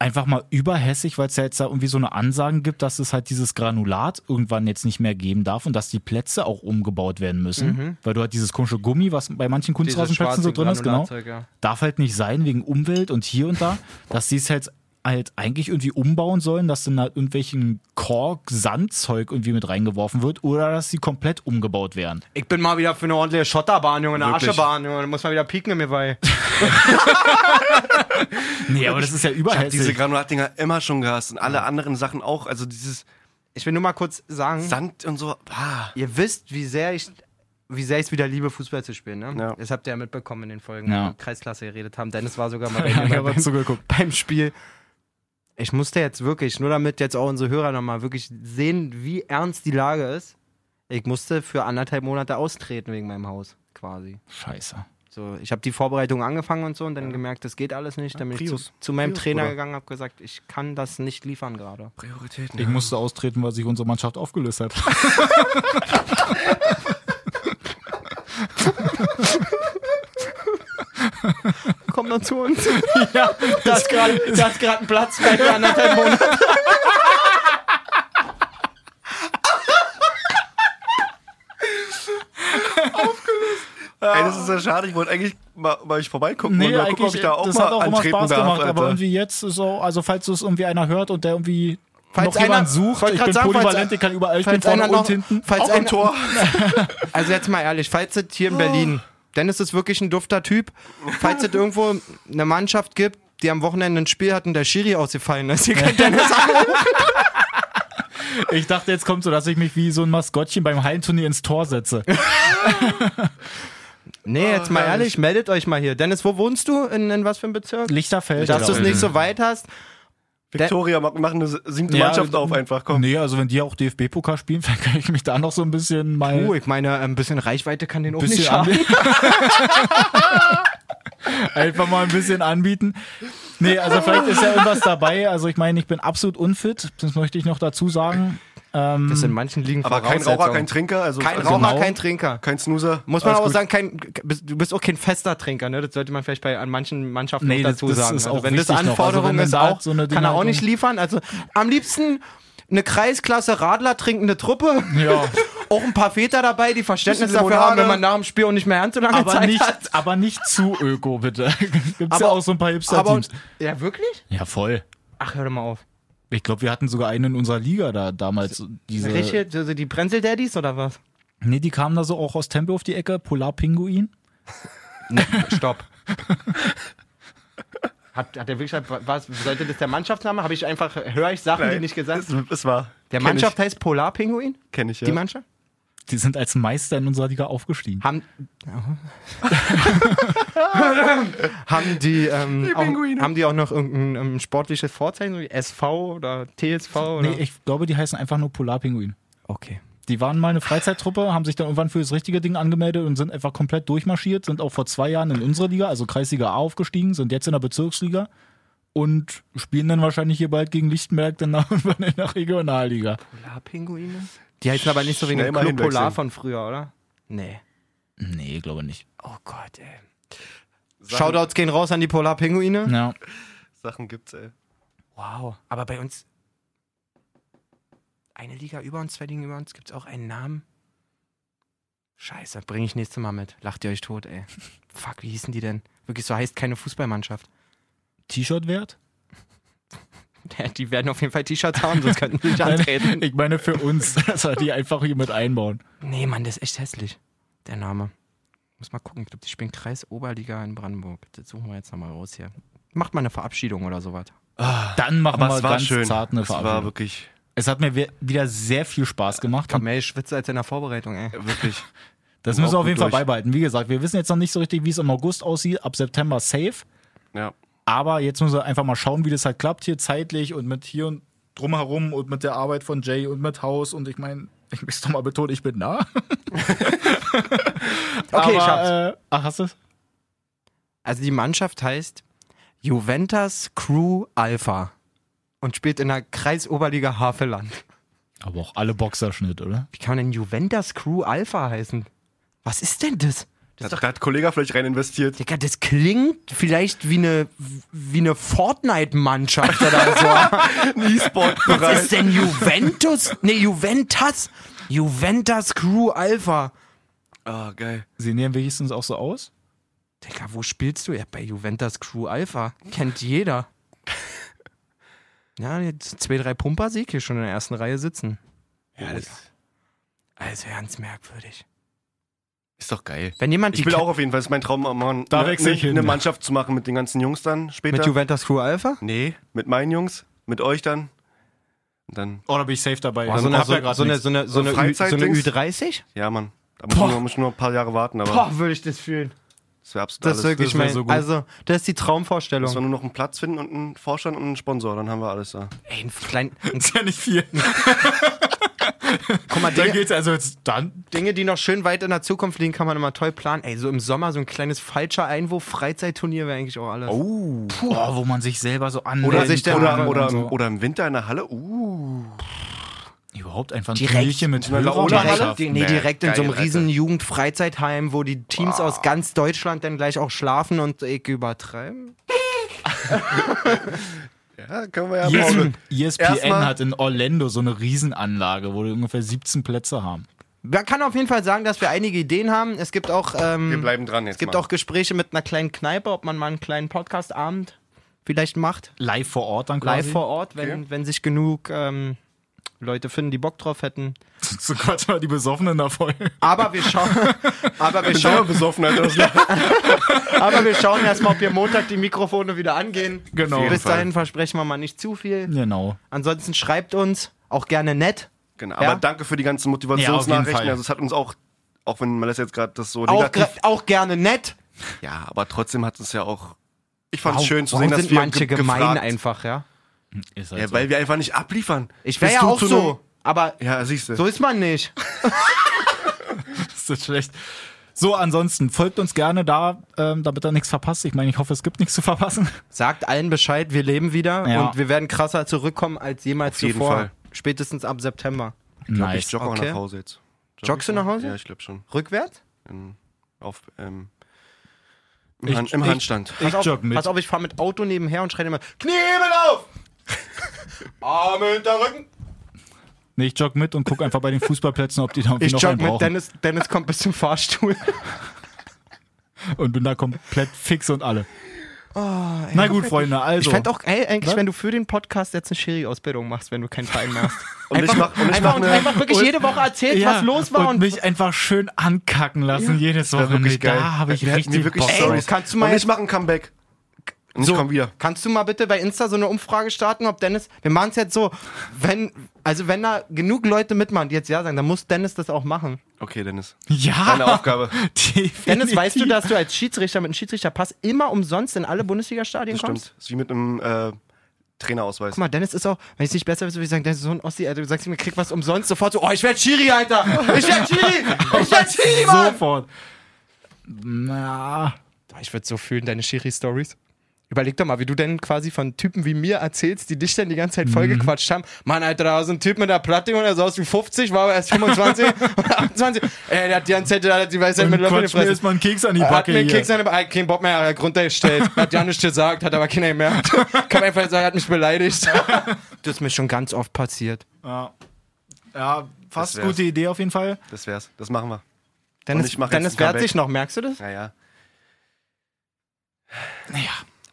S2: einfach mal überhässig, weil es ja jetzt da irgendwie so eine Ansagen gibt, dass es halt dieses Granulat irgendwann jetzt nicht mehr geben darf und dass die Plätze auch umgebaut werden müssen. Weil du halt dieses komische Gummi, was bei manchen
S3: Mhm. Dieses
S2: Kunstrasenplätzen so
S3: schwarze
S2: drin ist, genau.
S3: Granulatzeug, ja.
S2: (laughs) Darf halt nicht sein wegen Umwelt und hier und da, dass die es halt halt eigentlich irgendwie umbauen sollen, dass dann halt irgendwelchen Kork-Sandzeug irgendwie mit reingeworfen wird oder dass sie komplett umgebaut werden.
S3: Ich bin mal wieder für eine ordentliche Schotterbahn, Junge, eine
S4: Wirklich?
S3: Aschebahn, Junge. Da muss man wieder pieken in mir
S4: (laughs)
S3: bei.
S2: Nee, aber das ist ja
S4: Ich
S2: überall
S4: hab diese Granulatdinger immer schon gehasst und alle anderen Sachen auch. Also dieses
S3: Ich will nur mal kurz sagen,
S4: Sand und so. Ah.
S3: ihr wisst, wie sehr ich wie sehr ich es wieder liebe, Fußball zu spielen. Ne?
S4: Ja.
S3: Das habt ihr ja mitbekommen in den Folgen,
S2: Ja.
S3: wo wir Kreisklasse geredet haben. Dennis war
S2: (laughs)
S3: sogar mal bei mir beim,
S2: zugeguckt.
S3: (laughs) beim Spiel. Ich musste jetzt wirklich, nur damit jetzt auch unsere Hörer nochmal wirklich sehen, wie ernst die Lage ist. Ich musste für anderthalb Monate austreten wegen meinem Haus, quasi.
S2: Scheiße.
S3: So, ich habe die Vorbereitung angefangen und so und dann gemerkt, das geht alles nicht. Dann bin ich zu,
S4: Prius.
S3: zu meinem
S4: Prius,
S3: Trainer
S4: Bruder.
S3: gegangen, habe gesagt, ich kann das nicht liefern gerade.
S4: Prioritäten.
S2: Ich musste austreten, weil sich unsere Mannschaft aufgelöst (laughs) hat.
S3: Komm doch zu uns. (laughs) ja, da ist gerade ein Platz bei für anderthalb Monate.
S4: Ey, das ist ja schade. Ich wollte eigentlich mal, mal ich vorbeigucken und mal gucken, ob ich da auch
S2: das
S4: mal
S2: hat auch immer
S4: antreten
S2: Spaß
S4: darf.
S2: gemacht,
S4: Alter.
S2: aber irgendwie jetzt ist so, also falls es irgendwie einer hört und der irgendwie
S3: Falls
S2: noch jemand
S3: einer-
S2: sucht,
S3: wollte
S2: ich
S3: grad
S2: bin
S3: sagen, falls-
S2: polyvalent, ich kann überall, ich bin
S3: falls
S2: vorne
S3: einer noch-
S2: und hinten.
S3: falls
S4: auch im
S3: einer-
S4: Tor.
S3: Also jetzt mal ehrlich, falls es hier in Berlin, Dennis ist wirklich ein dufter Typ, falls es irgendwo eine Mannschaft gibt, die am Wochenende ein Spiel hat und der Schiri ausgefallen ist, ihr könnt (laughs) Dennis anrufen.
S2: Ich dachte, jetzt kommt so, dass ich mich wie so ein Maskottchen beim Hallenturnier ins Tor setze.
S3: Nee, jetzt mal ehrlich, meldet euch mal hier. Dennis, wo wohnst du? In, in was für einem Bezirk?
S2: Lichterfeld.
S3: Dass du es
S2: oder-
S3: nicht so weit hast.
S4: Victoria, mach- mach eine siebte
S2: Ja,
S4: Mannschaft auf einfach. Komm.
S2: Nee, also wenn die auch DFB-Pokal spielen, (laughs) vielleicht kann ich mich da noch so ein bisschen
S4: Äh.
S2: mal.
S3: Uh, ich meine, ein bisschen Reichweite kann den auch
S2: bisschen
S3: nicht schaden.
S2: anbieten. (laughs) Einfach mal ein bisschen anbieten. Nee, also vielleicht ist ja irgendwas dabei. Also ich meine, ich bin absolut unfit. Das möchte ich noch dazu sagen.
S3: Das in manchen Ligen
S4: Aber kein Raucher, kein Trinker. Also
S3: Kein
S4: also
S3: Raucher,
S2: Genau.
S3: kein Trinker.
S4: kein Snoozer.
S3: Muss man
S4: Alles
S3: auch
S4: gut.
S3: sagen, kein, du bist auch kein fester Trinker, ne? Das sollte man vielleicht bei an manchen Mannschaften
S2: Nee,
S3: noch dazu
S2: das- das
S3: sagen.
S2: ist
S3: also
S2: auch
S3: wenn das
S2: wichtig noch. Also wenn
S3: Anforderung
S2: man
S3: ist,
S2: da
S3: auch,
S2: so eine
S3: kann er auch
S2: Dinge-
S3: nicht liefern. Also am liebsten eine Kreisklasse Radler trinkende Truppe. (laughs)
S2: (laughs) Ja.
S3: Auch ein paar Väter dabei, die Verständnis
S4: Bisschen
S3: dafür haben,
S4: Limonade.
S3: wenn man nach dem Spiel auch nicht mehr ganz so lange
S2: Aber
S3: Zeit
S2: nicht,
S3: hat.
S2: aber nicht zu öko, bitte. (laughs) Gibt's ja auch so ein paar
S3: aber,
S2: Hipster-Teams.
S3: Ja, wirklich?
S2: Ja, voll.
S3: Ach, hör doch mal auf.
S2: Ich glaube, wir hatten sogar einen in unserer Liga da damals. Diese,
S3: Richtig, also die Brenzel-Daddies oder was?
S2: Nee, die kamen da so auch aus Tempe auf die Ecke. Polarpinguin. (laughs)
S3: Stopp. Hat, hat der wirklich, was, sollte das der Mannschaftsname? Habe ich einfach, höre ich Sachen, die
S4: Nein,
S3: nicht gesagt
S4: Es, es war.
S3: Der
S4: Kenn
S3: Mannschaft heißt Polarpinguin?
S4: Ich, kenn ich, ja.
S3: Die Mannschaft?
S2: Die sind als Meister in unserer Liga aufgestiegen.
S3: Haben. (laughs) haben die, ähm, auch,
S4: Pinguine.
S3: haben die auch noch irgendein ähm, sportliches Vorzeichen, so wie SV oder TSV oder?
S2: Nee, ich glaube, die heißen einfach nur Polarpinguin.
S3: okay.
S2: Die waren mal eine Freizeittruppe, haben sich dann irgendwann für das richtige Ding angemeldet und sind einfach komplett durchmarschiert, sind auch vor zwei Jahren in unsere Liga, also Kreisliga A, aufgestiegen, sind jetzt in der Bezirksliga und spielen dann wahrscheinlich hier bald gegen Lichtenberg, dann (laughs) irgendwann in der Regionalliga.
S3: Polarpinguine? Die heißen aber nicht so wie
S4: Schnell
S3: der
S4: mal
S3: Club Polar
S4: hinwechseln.
S3: von früher, oder? Nee.
S2: Nee, glaube nicht.
S3: Oh Gott, ey. Shoutouts gehen raus an die
S4: Hm.
S3: Polarpinguine.
S2: Ja.
S4: Sachen gibt's, ey.
S3: Wow. Aber bei uns. Eine Liga über uns, zwei Ligen über uns, gibt's auch einen Namen? Scheiße, bringe ich nächstes Mal mit. Lacht ihr euch tot, (laughs) ey. Fuck, wie hießen die denn? Wirklich, so heißt keine Fußballmannschaft.
S2: T-Shirt wert?
S3: Die werden auf jeden Fall T-Shirts haben, sonst könnten die nicht antreten.
S2: Ich meine für uns, (laughs) dass wir die einfach hier mit einbauen.
S3: (laughs) Nee, Mann, das ist echt hässlich. Der Name. Muss mal gucken. Ich glaube, die spielen Kreis Oberliga in Brandenburg. Das suchen wir jetzt nochmal raus hier. Macht mal eine Verabschiedung oder sowas.
S2: Dann machen
S4: Aber
S2: wir
S4: es war
S2: Ah, ganz
S4: schön.
S2: zart eine
S4: es war
S2: Verabschiedung.
S4: wirklich,
S2: Es hat mir we- wieder sehr viel Spaß gemacht.
S3: Komm, ey, ich schwitze als in der Vorbereitung, ey.
S2: (laughs)
S4: wirklich.
S2: Das müssen wir
S4: auch
S2: auf jeden
S4: gut
S2: Fall
S4: durch.
S2: beibehalten. Wie gesagt, wir wissen jetzt noch nicht so richtig, wie es im August aussieht. Ab September safe.
S4: Ja.
S2: Aber jetzt müssen wir einfach mal schauen, wie das halt klappt hier zeitlich und mit hier und drumherum und mit der Arbeit von Jay und mit Haus und ich meine, ich muss doch mal betonen, ich bin nah.
S3: Okay, ich hab's.
S2: Äh, ach, hast du's?
S3: Also die Mannschaft heißt Juventus Crew Alpha und spielt in der Kreisoberliga Havelland.
S2: Aber auch alle Boxerschnitt, oder?
S3: Wie kann man denn Juventus Crew Alpha heißen? Was ist denn das?
S4: Da, da hat Kollega vielleicht
S2: (laughs)
S4: rein investiert.
S3: Digga, das klingt vielleicht wie eine, wie eine Fortnite-Mannschaft oder (laughs) so.
S4: (laughs)
S3: Was
S4: E-Sport-Bereich.
S3: ist denn Juventus? Nee, Juventus. Juventus Crew Alpha.
S4: Ah, geil.
S2: Sehen die wenigstens auch so aus?
S3: Digga, wo spielst du? Ja, bei Juventus Crew Alpha. Kennt jeder. Ja, jetzt zwei, drei Pumper Sieg hier schon in der ersten Reihe sitzen. Ja, das also ganz merkwürdig.
S4: Ist doch geil.
S3: Wenn jemand
S4: Ich
S3: die
S4: will auch auf jeden Fall, das ist mein Traum, am Morgen
S2: Da
S4: ne-
S2: wechsel ich
S4: ne-
S2: hin.
S4: eine Mannschaft zu machen mit den ganzen Jungs dann später.
S3: mit Juventus Crew Alpha?
S4: nee, mit meinen Jungs, mit euch dann. Und dann,
S2: Oh, da bin ich safe dabei.
S3: so,
S2: Dann
S3: eine,
S2: hab ja
S3: so,
S2: grad
S3: so, eine,
S2: nichts. (laughs)
S3: so, eine, so, eine, Ü- so eine
S4: Freizeitdings?
S3: Ü30?
S4: ja, Mann. Da muss ich, nur, muss ich nur ein paar Jahre warten, aber
S3: würde ich das fühlen.
S4: das wäre absolut
S3: Das ist
S4: alles.
S3: wirklich
S2: das wär
S3: mein,
S2: so gut.
S3: also, das ist die
S4: Müssen wir
S3: Traumvorstellung.
S4: nur noch einen Platz finden und einen Vorstand und einen Sponsor, dann haben wir alles da.
S3: Ey, ein klein, ein,
S2: ist ja nicht viel. (laughs)
S3: guck mal,
S2: Dann
S3: Dinge,
S2: geht's also jetzt dann.
S3: Dinge, die noch schön weit in der Zukunft liegen, kann man immer toll planen. Ey, so im Sommer so ein kleines falscher Einwurf, Freizeitturnier wäre eigentlich auch alles.
S2: Oh. wo man sich selber so anmelden
S3: Oder
S4: Also
S3: sich der-
S2: kann
S4: Oder,
S2: und
S4: oder,
S2: so.
S4: oder im Winter in der Halle? Uh.
S2: überhaupt einfach ein
S3: Direkt.
S2: Turnierchen mit
S4: Oder-
S2: höherer
S4: oder-
S2: Mannschaft.
S3: Direkt,
S4: Mannschaft?
S3: nee,
S4: Nee,
S3: direkt in so einem
S4: geil,
S3: riesen
S4: Alter.
S3: Jugendfreizeitheim, wo die Teams aus ganz Deutschland dann gleich auch schlafen und ich übertreiben.
S4: Ja, können wir ja
S2: ESPN,
S3: Mhm.
S4: machen.
S2: ESPN
S4: Erstmal-
S2: hat in Orlando so eine Riesenanlage, wo die ungefähr 17 Plätze haben.
S3: Man kann auf jeden Fall sagen, dass wir einige Ideen haben. Es gibt auch,
S4: Wir
S3: ähm,
S4: bleiben dran jetzt.
S3: es gibt
S4: mal.
S3: auch Gespräche mit einer kleinen Kneipe, ob man mal einen kleinen Podcast-Abend vielleicht macht.
S2: Live vor Ort dann quasi.
S3: live vor Ort, wenn,
S4: Okay.
S3: wenn sich genug ähm, Leute finden, die Bock drauf hätten.
S2: (laughs) So quatsch mal die Besoffenen
S3: (laughs)
S2: da voll.
S3: Aber wir schauen,
S4: (laughs)
S3: aber wir
S4: Ich bin selber
S3: schauen,
S4: besoffen, Alter. Das läuft.
S3: aber wir schauen erstmal, ob wir Montag die Mikrofone wieder angehen.
S2: Genau. Auf jeden
S3: Bis
S4: Fall.
S3: dahin versprechen wir mal nicht zu viel.
S2: Genau.
S3: Ansonsten schreibt uns auch gerne nett.
S4: genau. Aber
S3: Ja?
S4: danke für die ganzen
S2: Ja, auf jeden Fall.
S4: Motivationsnachrichten. also es hat uns auch, auch wenn Melissa jetzt gerade das so
S3: Auch, gra-
S4: negativ...
S3: auch gerne nett.
S4: Ja, aber trotzdem hat es ja auch... Ich fand es
S3: Warum-
S4: schön zu
S3: warum
S4: sehen, dass
S3: sind
S4: wir
S3: manche
S4: ge-
S3: gemein
S4: gefragt.
S3: einfach, ja.
S2: Ist halt
S4: Ja,
S2: so.
S4: weil wir einfach nicht abliefern.
S3: Ich wäre
S4: Bist
S3: ja
S4: du
S3: auch
S4: zu
S3: so, aber
S4: einem- Ja, siehst du.
S3: so ist man nicht.
S2: ist das schlecht. So, ansonsten folgt uns gerne da, ähm, damit ihr nichts verpasst. Ich meine, ich hoffe, es gibt nichts zu verpassen.
S3: Sagt allen Bescheid, wir leben wieder
S2: Ja.
S3: und wir werden krasser zurückkommen als jemals
S4: Auf jeden
S3: zuvor.
S4: Fall.
S3: Spätestens ab September.
S4: Ich jogge
S3: Okay.
S4: auch nach Hause jetzt. Jogg
S3: Joggst du
S4: ich
S3: nach
S4: mal?
S3: Hause?
S4: Ja, ich glaube schon.
S3: Rückwärts?
S4: In, auf, ähm, im,
S2: Ich-
S4: Han im
S2: ich-
S4: Handstand.
S2: Ich
S3: Pass auf,
S2: jogg mit.
S3: pass auf, ich fahre mit Auto nebenher und schreie immer, Knebel (laughs) auf! Arme hinter Rücken.
S2: Nee, ich jogge mit und gucke einfach bei den Fußballplätzen, ob die da irgendwie
S3: Ich
S2: noch
S3: jogge
S2: einen
S3: mit,
S2: brauchen.
S3: Dennis, Dennis kommt bis zum Fahrstuhl.
S2: Und bin da komplett fix und alle. Na gut, Freunde, also.
S3: Oh, Ich fände auch geil, eigentlich,
S2: Was?
S3: wenn du für den Podcast jetzt eine Schiri-Ausbildung machst, wenn du keinen Verein machst.
S4: Und ich mach, und
S3: (laughs)
S4: ich
S3: Einfach, (laughs)
S4: mach
S3: und
S4: eine,
S3: einfach wirklich jede Woche erzählt, was los war.
S2: und,
S3: Und
S2: mich einfach schön ankacken lassen jedes
S4: wär
S2: Wochenende.
S4: wirklich geil.
S2: Da habe ich
S4: Wir hätten
S2: richtig
S4: hier wirklich
S2: Bock
S4: Stories.
S2: drauf.
S3: ey, kannst du
S4: und
S3: mal
S4: ich mache ein Comeback. Und ich komm wieder.
S3: Kannst du mal bitte bei Insta so eine Umfrage starten, ob Dennis. Wir machen es jetzt so, wenn, also wenn da genug Leute mitmachen, die jetzt Ja sagen, dann muss Dennis das auch machen.
S4: Okay, Dennis.
S2: Ja.
S4: (laughs) Deine Aufgabe.
S2: Definitiv.
S3: Dennis, weißt du, dass du als Schiedsrichter mit einem Schiedsrichterpass immer umsonst in alle Bundesliga-Stadien
S4: Das
S3: kommst?
S4: stimmt. Das ist wie mit einem äh, Trainerausweis.
S3: Guck mal, Dennis ist auch, wenn ich nicht besser wüsste, würde ich sagen, Dennis ist so ein Ossi, Alter. Du sagst ihm, ich krieg was umsonst, sofort so, oh, ich werd Chiri, Alter! Ich werd Chiri! Ich werd Chiri, Mann!
S2: Sofort. Na.
S3: Boah, Ah, Ich würde so fühlen, deine Chiri-Stories. Überleg doch mal, wie du denn quasi von Typen wie mir erzählst, die dich dann die ganze Zeit
S2: Mhm.
S3: vollgequatscht haben. Mann, Alter, da war so ein Typ mit einer Platte und er sah aus wie 50, war aber erst
S2: (laughs)
S3: 25 (laughs) oder 28. Ey, der hat die ganze Zeit, der hat die weiße Zeit
S2: Und
S3: mit Löffeln
S2: quatsch mir
S3: gefressen.
S2: erstmal einen Keks an die
S3: Er hat
S2: Backe
S3: mir einen
S2: hier.
S3: Keks an den Ba- hat keinen Bock mehr, hat runtergestellt.
S2: (laughs)
S3: Hat ja nichts gesagt, hat aber keiner gemerkt. Kam einfach sagen, er hat mich
S2: (laughs)
S3: beleidigt. Das ist mir schon ganz oft passiert.
S2: ja, fast
S4: Das wär's.
S2: gute Idee auf jeden Fall.
S4: Das wär's. Das machen wir.
S3: Dennis,
S4: ich mach jetzt
S3: Dennis
S4: ein
S3: wehrt
S4: Comeback.
S3: sich noch, merkst du das?
S4: Naja.
S2: Äh,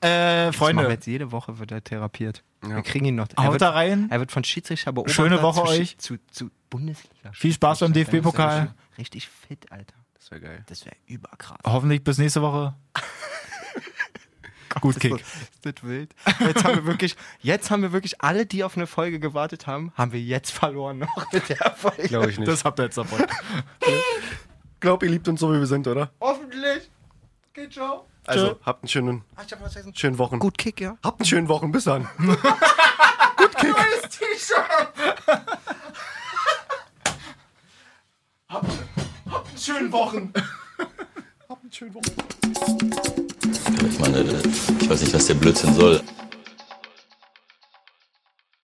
S3: Das machen wir
S2: Freunde,
S3: jetzt jede Woche wird er therapiert.
S4: Ja.
S3: Wir kriegen ihn noch. Er
S2: haut
S3: wird,
S2: da rein.
S3: er wird von Schiedsrichter beobachtet.
S2: Schöne Woche
S3: zu, Schi-
S2: euch.
S3: Zu, zu Bundesliga.
S2: Viel Spaß beim
S3: Dennis ist
S2: DFB-Pokal.
S3: ja schon Richtig fit, Alter.
S4: Das wäre geil.
S3: Das wäre überkrass.
S2: Hoffentlich bis nächste
S4: (laughs)
S2: Woche. Gut, Kick.
S3: Ist das wild? Jetzt haben wir wirklich, jetzt haben wir wirklich alle, die auf eine Folge gewartet haben, haben wir jetzt verloren noch mit der Folge.
S4: Glaube ich nicht.
S2: Das habt ihr jetzt davon.
S4: glaub, ihr liebt uns so, wie wir sind, oder?
S3: Hoffentlich. Okay, ciao.
S4: Also, habt einen schönen,
S3: Ach, ich hab was vergessen.
S4: schönen Wochen.
S3: Gut Kick, ja.
S4: Habt einen schönen Wochen. Bis
S3: (laughs)
S4: dann.
S3: Neues T-Shirt. Habt einen schönen Wochen. (laughs)
S4: Habt einen schönen Wochen.
S5: Ich meine, ich weiß nicht, was der Blödsinn soll.